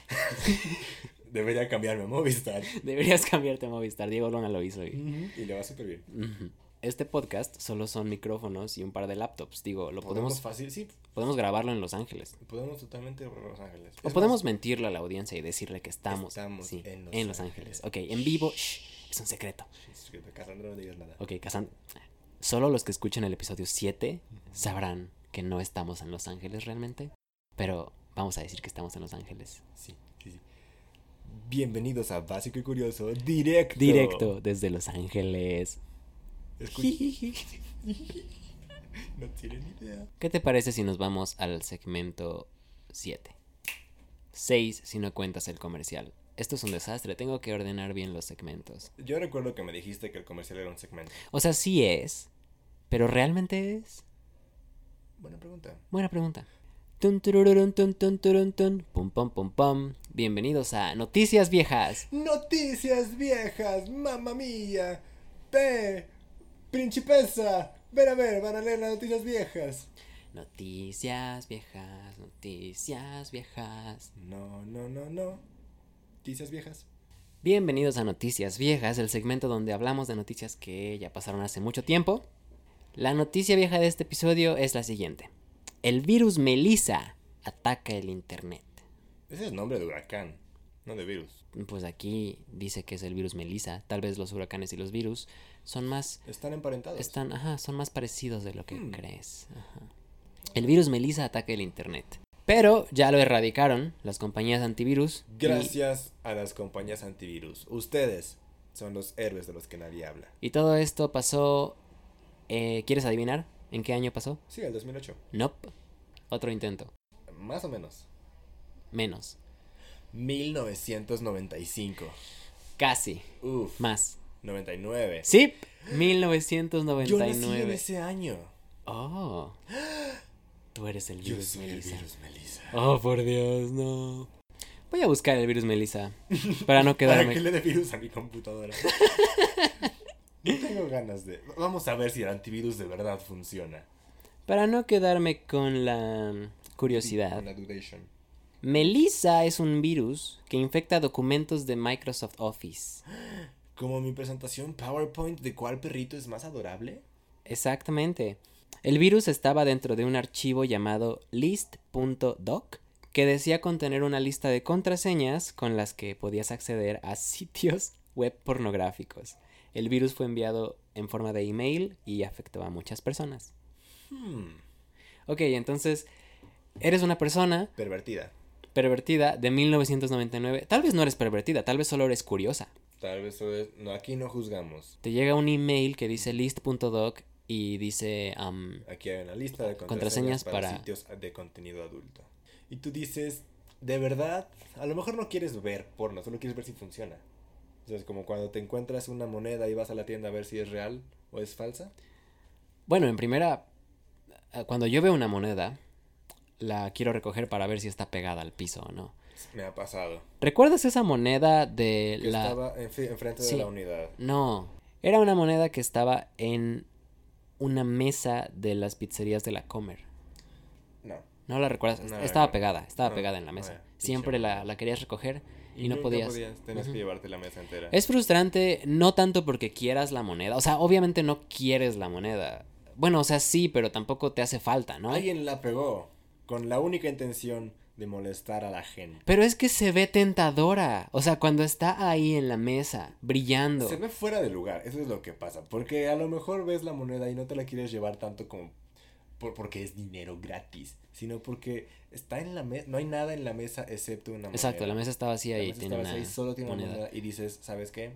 Debería cambiarme a Movistar. Mm. Deberías cambiarte a Movistar. Diego Luna lo hizo. Y... Y le va súper bien. este podcast solo son micrófonos y un par de laptops. Digo, lo podemos, fácil, sí, podemos grabarlo en Los Ángeles. podemos totalmente volver a Los Ángeles. O Es podemos más, mentirle a la audiencia y decirle que estamos, Estamos sí, en en, Los Los Ángeles. Ok, en vivo, shh, es un secreto. sí, sí, Cassandra, no digas nada. Ok, Casan, solo los que escuchen el episodio 7 sabrán que no estamos en Los Ángeles realmente, pero vamos a decir que estamos en Los Ángeles. Sí, sí, sí. Bienvenidos a Básico y Curioso Directo. Directo desde Los Ángeles. Escucha- no tienen idea. ¿Qué te parece si nos vamos al segmento 7? 6 si no cuentas el comercial. Esto es un desastre, tengo que ordenar bien los segmentos. Yo recuerdo que me dijiste que el comercial era un segmento. O sea, sí es, pero ¿realmente es? Buena pregunta. Buena pregunta. Tun, turururun, tun, tun, turun, tun, pum, pum, pum, pum. Bienvenidos a Noticias Viejas. Noticias viejas, mamá mía. P. Principesa. Ven a ver, van a leer las noticias viejas. Noticias Viejas, Noticias Viejas. No, no, no, no. Noticias viejas. Bienvenidos a Noticias Viejas, el segmento donde hablamos de noticias que ya pasaron hace mucho tiempo. La noticia vieja de este episodio es la siguiente. El virus Melissa ataca el Internet. Ese es nombre de huracán, no de virus. Pues aquí dice que es el virus Melissa. Tal vez los huracanes y los virus son más Están emparentados. Están, ajá, son más parecidos de lo que Hmm. crees. ajá. El virus Melissa ataca el Internet. Pero ya lo erradicaron las compañías antivirus. y- Gracias a las compañías antivirus. Ustedes son los héroes de los que nadie habla. Y, todo esto pasó... eh, ¿Quieres adivinar en qué año pasó? Sí, el 2008. Nope. Otro intento. Más o menos. Menos. 1995. Casi. Uf. Más. 99. Sí. Yo nací en 1999. ese año. Oh. Tú eres el Yo virus soy el Melissa. virus Melissa. Oh, por Dios, no. Voy a buscar el virus Melissa. Para no ¿Para quedarme qué le dé virus a mi computadora? no tengo ganas de... Vamos a ver si el antivirus de verdad funciona. Para no quedarme con la mm, curiosidad, Una duration. Melissa es un virus que infecta documentos de Microsoft Office. Como mi presentación PowerPoint de cuál perrito es más adorable. Exactamente. El virus estaba dentro de un archivo llamado list.doc que decía contener una lista de contraseñas con las que podías acceder a sitios web pornográficos. El virus fue enviado en forma de email y afectó a muchas personas. Hmm. Ok, entonces, eres una persona Pervertida. Pervertida de 1999. Tal vez no eres pervertida, tal vez solo eres curiosa. Tal vez eso es... No, aquí no juzgamos. Te llega un email que dice list.doc y dice... am, Aquí hay una lista de Contraseñas contraseñas, para, para- sitios de contenido adulto. Y tú dices, de verdad, a lo mejor no quieres ver porno, solo quieres ver si funciona. O sea, es como cuando te encuentras una moneda y vas a la tienda a ver si es real o es falsa. Bueno, en primera, eh, cuando yo veo una moneda, la quiero recoger para ver si está pegada al piso o no. Me ha pasado. ¿Recuerdas esa moneda de Que la... estaba enf- enfrente Sí. de la unidad. No, era una moneda que estaba en una mesa de las pizzerías de la Comer. No. ¿No la recuerdas? No la estaba recuerdo. pegada, estaba No, pegada en la no, mesa. ya, pinche Siempre la, moneda. la querías recoger y, no nunca podías. Tenías Ujú. que llevarte la mesa entera. Es frustrante no tanto porque quieras la moneda. O sea, obviamente no quieres la moneda. Bueno, o sea, sí, pero tampoco te hace falta, ¿no? Alguien la pegó con la única intención de molestar a la gente. Pero es que se ve tentadora. O sea, cuando está ahí en la mesa, brillando. Se ve fuera de lugar, eso es lo que pasa. Porque a lo mejor ves la moneda y no te la quieres llevar tanto como por- porque es dinero gratis, sino porque está en la mesa, no hay nada en la mesa excepto una moneda. Exacto, la mesa está vacía La y mesa tiene está una vacía y solo tiene moneda. una moneda y dices, ¿sabes qué?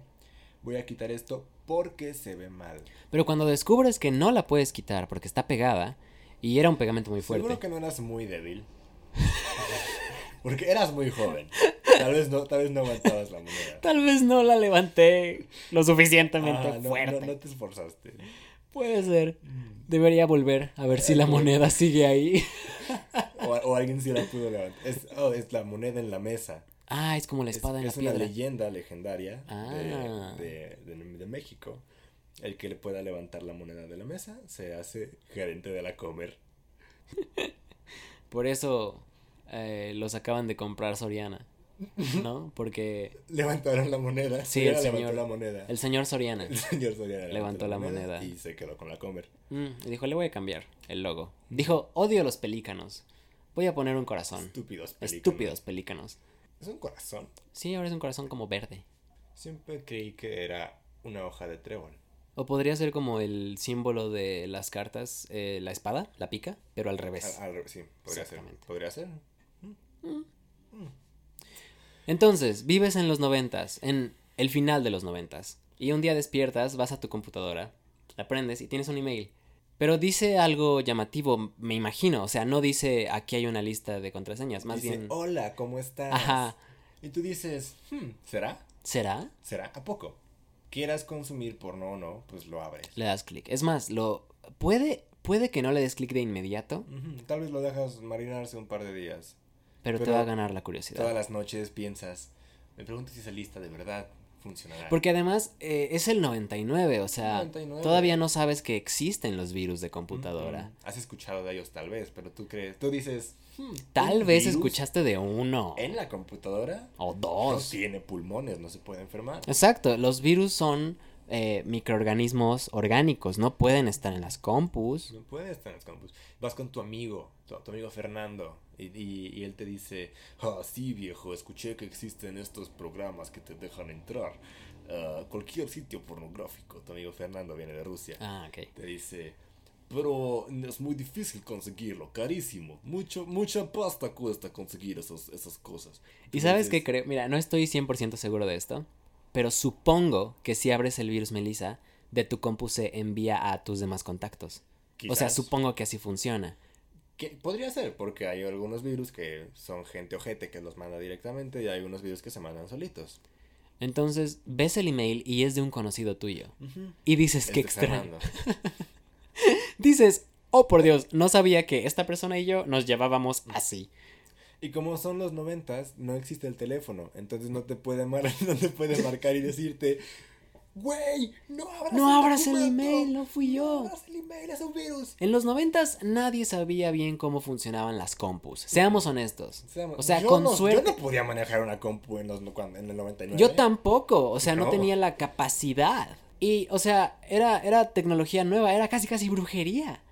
Voy a quitar esto porque se ve mal. Pero cuando descubres que no la puedes quitar porque está pegada y era un pegamento muy fuerte. Seguro que no eras muy débil. porque eras muy joven. Tal vez no, tal vez no aguantabas la moneda. Tal vez no la levanté lo suficientemente Ah, no, no- fuerte. no Mm. te esforzaste. Puede ser. Debería volver a ver si la moneda sigue ahí. O, o alguien sí la pudo levantar. Es, oh, es la moneda en la mesa. Ah, es como la Es- espada en es la una piedra. leyenda legendaria de- Ah. de, de- de México. El que le pueda levantar la moneda de la mesa se hace gerente de la comer. Por eso eh, los acaban de comprar Soriana. ¿no? Porque Levantaron la moneda. Sí, Soriana el levantó señor- la moneda. el señor Soriana El señor Soriana levantó la moneda. Y se quedó con la comer. mm, y dijo, le voy a cambiar el logo. Dijo, odio a los pelícanos. Voy a poner un corazón. Estúpidos pelícanos. Estúpidos pelícanos. Es un corazón. Sí, ahora es un corazón como verde. Siempre creí que era una hoja de trébol. O podría ser como el símbolo de las cartas, eh, la espada, la pica, pero al revés. Al- al revés, sí, podría ser. Exactamente. Podría ser. Entonces, vives en los noventas, en el final de los noventas, y un día despiertas, vas a tu computadora, la prendes y tienes un email. Pero dice algo llamativo, me imagino, o sea, no dice aquí hay una lista de contraseñas, más Dice, "Oh". bien... hola, ¿cómo estás? Ajá, Y tú dices, "Hmm, ¿será? ¿será? ¿Será? ¿A poco? Quieras consumir porno o no, pues lo abres. Le das clic. Es más, lo... Puede, puede que no le des clic de inmediato, Ujú, Tal vez lo dejas marinarse un par de días. pero, te Pero va a ganar la Todas curiosidad. las noches piensas, me pregunto si esa lista de verdad funcionará. Porque además eh, es el 99, o sea, 99. todavía no sabes que existen los virus de computadora. Ujú. Has escuchado de ellos tal vez, pero tú crees, tú dices, "Hmm, Tal ¿un vez virus escuchaste de uno En la computadora o no dos. tiene pulmones, no se puede enfermar. Exacto, los virus son eh, microorganismos orgánicos, no pueden estar en las compus. No puedes estar en los campus. Vas con tu amigo, tu, tu amigo Fernando, y, y- y él te dice, ah, sí viejo, escuché que existen estos programas que te dejan entrar a cualquier sitio pornográfico. Tu amigo Fernando viene de Rusia. Ah, ok. Te dice, pero es muy difícil conseguirlo, carísimo. Mucho, mucha pasta cuesta conseguir esos, esas cosas. ¿Y sabes qué que creo? Mira, no estoy 100% seguro de esto, pero supongo que si abres el virus Melissa, de tu compu se envía a tus demás contactos. O sea, supongo que así funciona. Que podría ser, porque hay algunos virus que son gente ojete que los manda directamente y hay unos virus que se mandan solitos. Entonces, ves el email y es de un conocido tuyo. Y dices, Es qué de extraño. Fernando. Dices, oh por Dios, no sabía que esta persona y yo nos llevábamos así. Y como son los noventas, no existe el teléfono, entonces no te puede, mar- no te puede marcar y decirte, güey, no abras No el abras el documento, email, no fui yo. No abras el email, es un virus. En los noventas nadie sabía bien cómo funcionaban las compus. Seamos honestos. Seamos- O sea, yo con no- suerte. Yo no podía manejar una compu en, los, cuando- en el 99. Yo tampoco. O sea, no, No. tenía la capacidad. Y, o sea, era, era tecnología nueva, era casi casi brujería.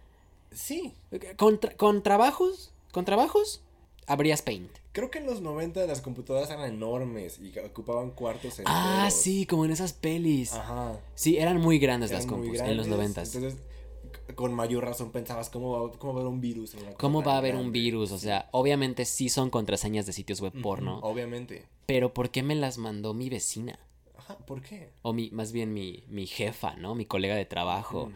Sí, Con, tra- con trabajos, con trabajos, abrías paint. creo que en los 90 las computadoras eran enormes y ocupaban cuartos enteros. Ah, sí, como en esas pelis. Ajá. Sí, eran muy grandes las Ah. eran muy compus en los grandes, noventas. Entonces, c- con mayor razón pensabas, ¿cómo va, cómo va a haber un virus? en una cosa ¿Cómo tan va a haber un grande? virus? O sea, obviamente sí son contraseñas de sitios web Ujú, porno, Obviamente. pero ¿por qué me las mandó mi vecina? Ajá, ¿por qué? O mi, más bien mi, mi jefa, ¿no? Mi colega de trabajo. Mm.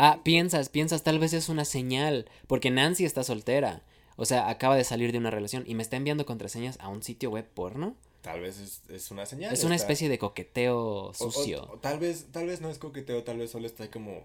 Ah, piensas, piensas, tal vez es una señal, porque Nancy está soltera. O sea, acaba de salir de una relación y me está enviando contraseñas a un sitio web porno. Tal vez es, es una señal. Es una está- especie de coqueteo o- o- sucio. o tal vez, tal vez no es coqueteo, tal vez solo está como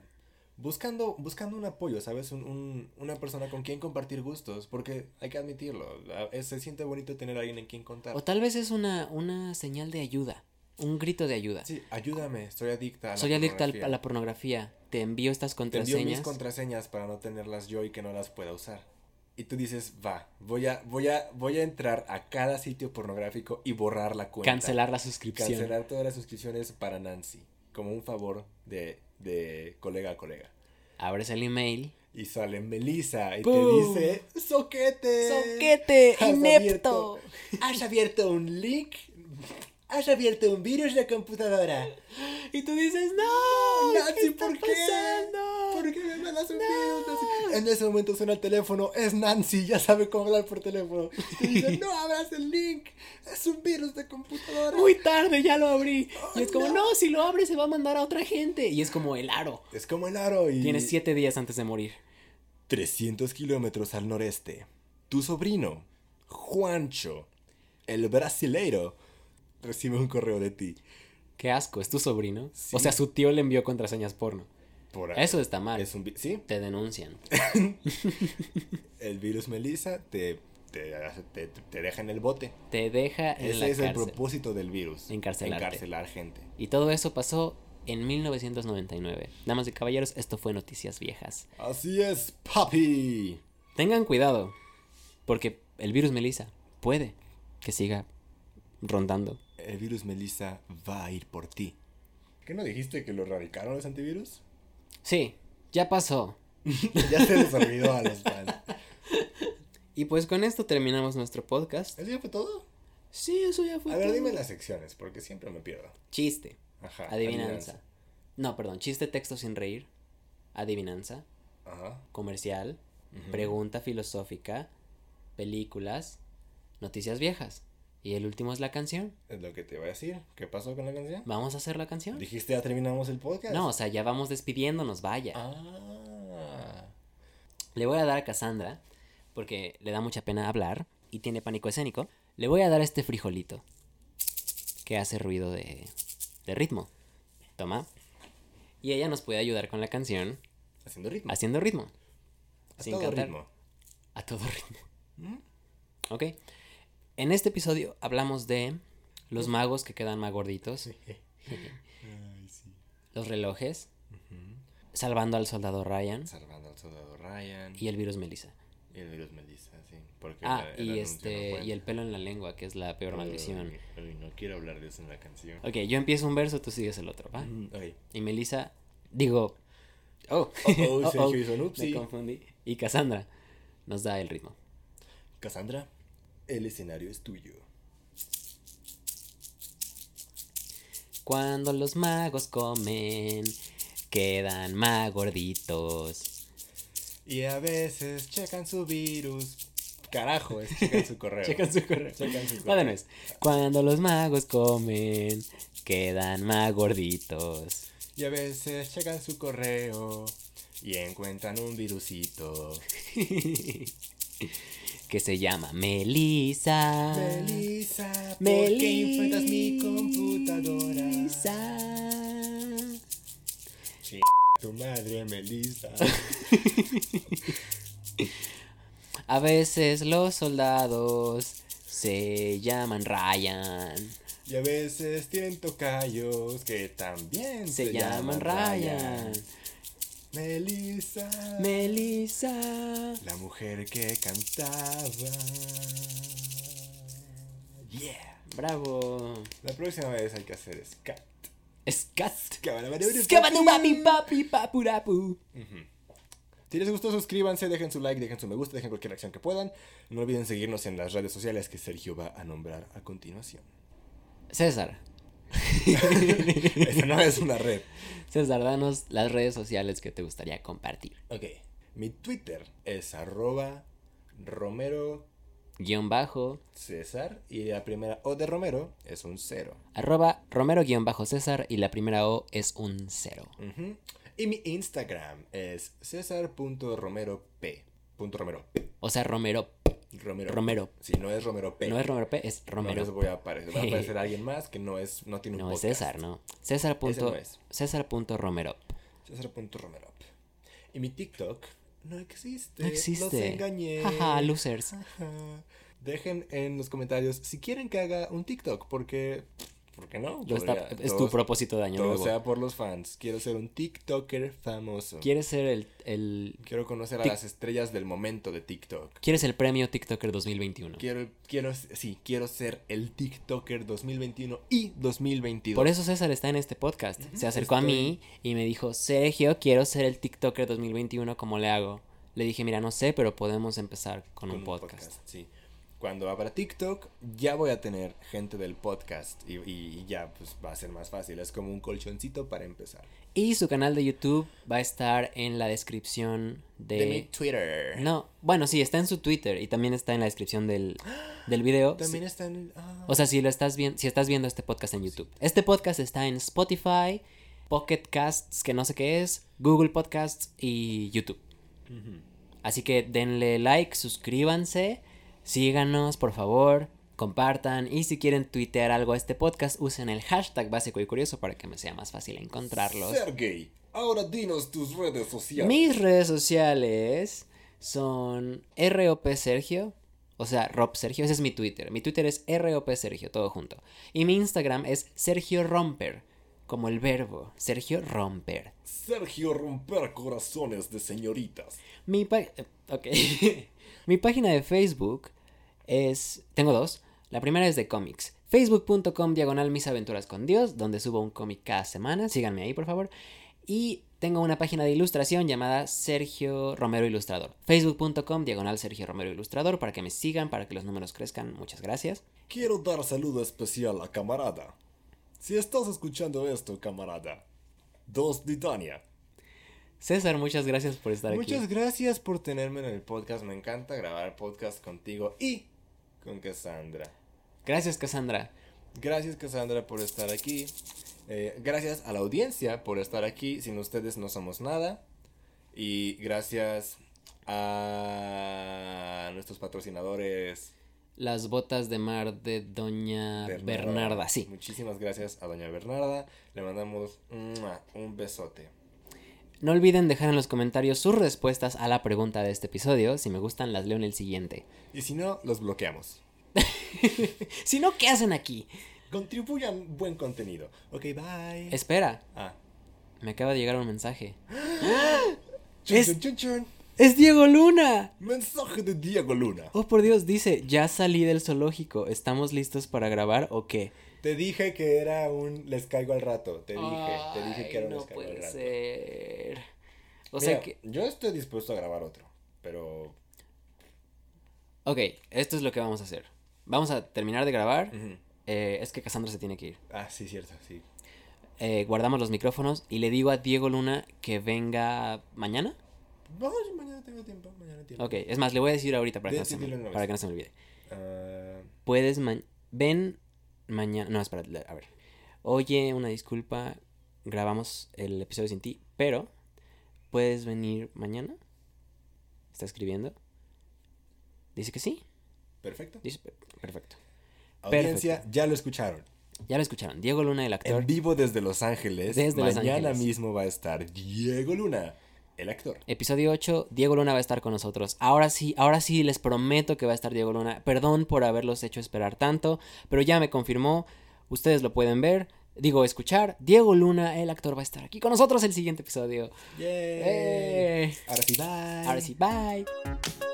buscando, buscando un apoyo, ¿sabes? Un- un- una persona con quien compartir gustos, porque hay que admitirlo, la- es- se siente bonito tener a alguien en quien contar. O tal vez es una, una señal de ayuda, un grito de ayuda. Sí, ayúdame, soy adicta a la Soy adicta al- pornografía. a la pornografía, te envío estas Te envío mis contraseñas. contraseñas para no tenerlas yo y que no las pueda usar. Y tú dices, va, voy a, voy a, voy a entrar a cada sitio pornográfico y borrar la cuenta. Cancelar la suscripción. Cancelar todas las suscripciones para Nancy, como un favor de, de colega a colega. Abres el email. Y sale Melissa y ¡Pum! te dice, soquete. ¡Soquete! Eh, Has ¡Inepto! abierto- Has abierto un link. Has abierto un virus de computadora. Y tú dices, ¡No! Nancy, está ¿por qué? pasando? ¿Por qué me mandas un video? Nancy? En ese momento suena el teléfono, es Nancy, ya sabe cómo hablar por teléfono. Y dice, no abras el link, es un virus de computadora. Muy tarde, ya lo abrí. y es como, no. no, si lo abres se va a mandar a otra gente. Y es como el aro. Es como el aro y... Tienes siete días antes de morir. 300 kilómetros al noreste. Tu sobrino, Juancho, el brasileiro, recibe un correo de ti. Qué asco, es tu sobrino. Sí. O sea, su tío le envió contraseñas porno. Por Eso está mal. Es un vi- sí, Te denuncian. el virus Melissa te, te, hace- te- te deja en el bote. Te deja en la Ese es el cárcel. propósito del virus. Encarcelarte. Encarcelar gente. Y todo eso pasó en 1999. Damas y caballeros, esto fue Noticias Viejas. Así es, papi. Tengan cuidado, porque el virus Melissa puede que siga rondando. El virus Melissa va a ir por ti. ¿Qué no dijiste que lo erradicaron los antivirus? Sí, ya pasó. ya se les olvidó a los fans. Y pues con esto terminamos nuestro podcast. ¿Eso ya fue todo? Sí, eso ya fue. A ver, todo. dime las secciones, porque siempre me pierdo. Chiste. Ajá. Adivinanza. No, perdón. Chiste texto sin reír. Adivinanza. adivinanza. Ajá. Comercial. Ujú. Pregunta filosófica. Películas. Noticias viejas. Y el último es la canción. Es lo que te voy a decir. ¿Qué pasó con la canción? ¿Vamos a hacer la canción? ¿Dijiste ya terminamos el podcast? No, o sea, ya vamos despidiéndonos, vaya. Ah. Le voy a dar a Cassandra, porque le da mucha pena hablar y tiene pánico escénico. Le voy a dar este frijolito, que hace ruido de, de ritmo. Toma. Y ella nos puede ayudar con la canción, Haciendo ritmo. haciendo ritmo. A sin todo cantar. ritmo. A todo ritmo. ¿Mm? ¿Ok? En este episodio hablamos de Mm. los magos que quedan más gorditos, Ay, sí. los relojes, Ujú. salvando al soldado Ryan Salvando al soldado Ryan. y el virus Melissa. Y el virus Melissa, sí. Porque Ah, el- el y anuncio no este cuenta. y el pelo en la lengua, que es la peor Uy, maldición. uy, no quiero hablar de eso en la canción. Ok, yo empiezo un verso, tú sigues el otro, ¿va? Mm, ok. Y Melissa, digo, oh, Oh, oh, Sergio oh, hizo un me upsi. confundí. Y Cassandra nos da el ritmo. Cassandra, el escenario es tuyo. Cuando los magos comen, quedan más gorditos. Y a veces checan su virus. Carajo, es checan su correo. Checan su correo. Checan su Va de correo. nuez. Cuando los magos comen, quedan más gorditos. Y a veces checan su correo y encuentran un virusito. que se llama Melissa. Melissa, ¿por qué Melissa. infectas mi computadora? Melissa. Ch- Tu madre, Melissa. A veces los soldados se llaman Ryan. Y a veces tienen tocayos que también Se, llaman, Ryan. Melissa. Melissa. La mujer que cantaba. Yeah. Bravo. La próxima vez hay que hacer scat. Scat. Ujú. Scabadubami, papi papurapu. Si les gustó, suscríbanse, dejen su like, dejen su me gusta, dejen cualquier acción que puedan. No olviden seguirnos en las redes sociales que Sergio va a nombrar a continuación. César. Eso no es una red. César, danos las redes sociales que te gustaría compartir. Ok. Mi Twitter es arroba Romero Guión bajo, César y la primera O de Romero es un cero. arroba romero guión bajo César y la primera O es un cero. Ujú. Y mi Instagram es cesar.romerop. Punto Romero P. O sea, Romero. Romero. Romero. Si no es Romero P. No es Romero P, es No les Romero. voy a aparecer. Va a aparecer alguien más que no es, no tiene un No, es podcast. César, ¿no? César. punto- no es. César punto Romero. César.romero. Y mi TikTok no existe. No Eh, Los existe. engañé. Ah. Jaja, losers. Ajá. Dejen en los comentarios si quieren que haga un TikTok, porque. ¿Por qué no? Lo está- Podría- es tu todo- propósito de año Todo nuevo. sea por los fans. Quiero ser un TikToker famoso. ¿Quieres ser el, el- Quiero conocer a Tic- las estrellas del momento de TikTok. quieres el premio TikToker 2021? Quiero, quiero, sí, quiero ser el TikToker 2021 y 2022. Por eso César está en este podcast. Se acercó a estoy- mí y me dijo, Sergio, quiero ser el TikToker 2021, ¿cómo le hago? Le dije, mira, no sé, pero podemos empezar con, con un podcast. sí. Cuando abra TikTok, ya voy a tener gente del podcast y, y ya pues va a ser más fácil. Es como un colchoncito para empezar. Y su canal de YouTube va a estar en la descripción de... De mi Twitter. No, bueno, sí, está en su Twitter y también está en la descripción del, del video. También está en el- ah. O sea, si lo estás viendo, si estás viendo este podcast en YouTube. Este podcast está en Spotify, Pocket Casts, que no sé qué es, Google Podcasts y YouTube. Ujú. Así que denle like, suscríbanse, síganos, por favor, compartan y si quieren tuitear algo a este podcast, usen el hashtag básico y curioso para que me sea más fácil encontrarlos. Sergey, ahora dinos tus redes sociales. Mis redes sociales son ROP Sergio. O sea, Rob Sergio, ese es mi Twitter. Mi Twitter es ROP Sergio, todo junto. Y mi Instagram es Sergio Romper, como el verbo, Sergio Romper. Sergio romper corazones de señoritas. Mi, pa- eh, ok. mi página de Facebook es... Tengo dos. La primera es de cómics. facebook.com diagonal mis aventuras con Dios, donde subo un cómic cada semana, síganme ahí por favor. Y tengo una página de ilustración llamada Sergio Romero Ilustrador. Facebook.com diagonal Sergio Romero Ilustrador para que me sigan, para que los números crezcan. Muchas gracias. Quiero dar saludo especial a camarada. Si estás escuchando esto, camarada. Dos Ditania. César, muchas gracias por estar aquí. Muchas gracias por tenerme en el podcast. Me encanta grabar podcast contigo y con Cassandra. Gracias, Cassandra. Gracias Cassandra por estar aquí. Eh, gracias a la audiencia por estar aquí. Sin ustedes no somos nada. Y gracias a nuestros patrocinadores. Las botas de mar de Doña Bernarda. sí. Muchísimas gracias a Doña Bernarda. Le mandamos ¡mua! un besote. No olviden dejar en los comentarios sus respuestas a la pregunta de este episodio. Si me gustan, las leo en el siguiente. Y si no, los bloqueamos. Si no, ¿qué hacen aquí? Contribuyan buen contenido. Ok, bye. Espera, Ah. me acaba de llegar un mensaje. Chun, Es- chun, chun, chun. ¡Es Diego Luna! Mensaje de Diego Luna. Oh, por Dios, dice, ya salí del zoológico, ¿estamos listos para grabar o qué? Te dije que era un les caigo al rato. Te dije, te dije que era Ay, un no les caigo al puede rato. ser. O Mira, sea que... yo estoy dispuesto a grabar otro, pero Ok, esto es lo que vamos a hacer. Vamos a terminar de grabar. Ujú. Eh, es que Cassandra se tiene que ir. ah, sí cierto, sí. Eh, guardamos los micrófonos y le digo a Diego Luna que venga mañana. Vamos, mañana tengo tiempo, mañana tengo. Ok, es más, le voy a decir ahorita para, que Di- no, se me, dilo una vez. para que no se me olvide. Ah, Puedes ma- ven mañana. No, espera, le- a ver. Oye, una disculpa. Grabamos el episodio sin ti, pero ¿puedes venir mañana? ¿Está escribiendo? Dice que sí. perfecto. Dice per- perfecto. Audiencia, ya lo escucharon. Ya lo escucharon. Diego Luna, el actor. En vivo desde Los Ángeles. Desde Los mañana Ángeles. mismo va a estar Diego Luna, el actor. Episodio 8, Diego Luna va a estar con nosotros. Ahora sí, ahora sí les prometo que va a estar Diego Luna. Perdón por haberlos hecho esperar tanto, pero ya me confirmó. Ustedes lo pueden ver, digo escuchar. Diego Luna, el actor, va a estar aquí con nosotros el siguiente episodio. Yay. ¡Eh! Ahora sí, bye. Ahora sí, bye.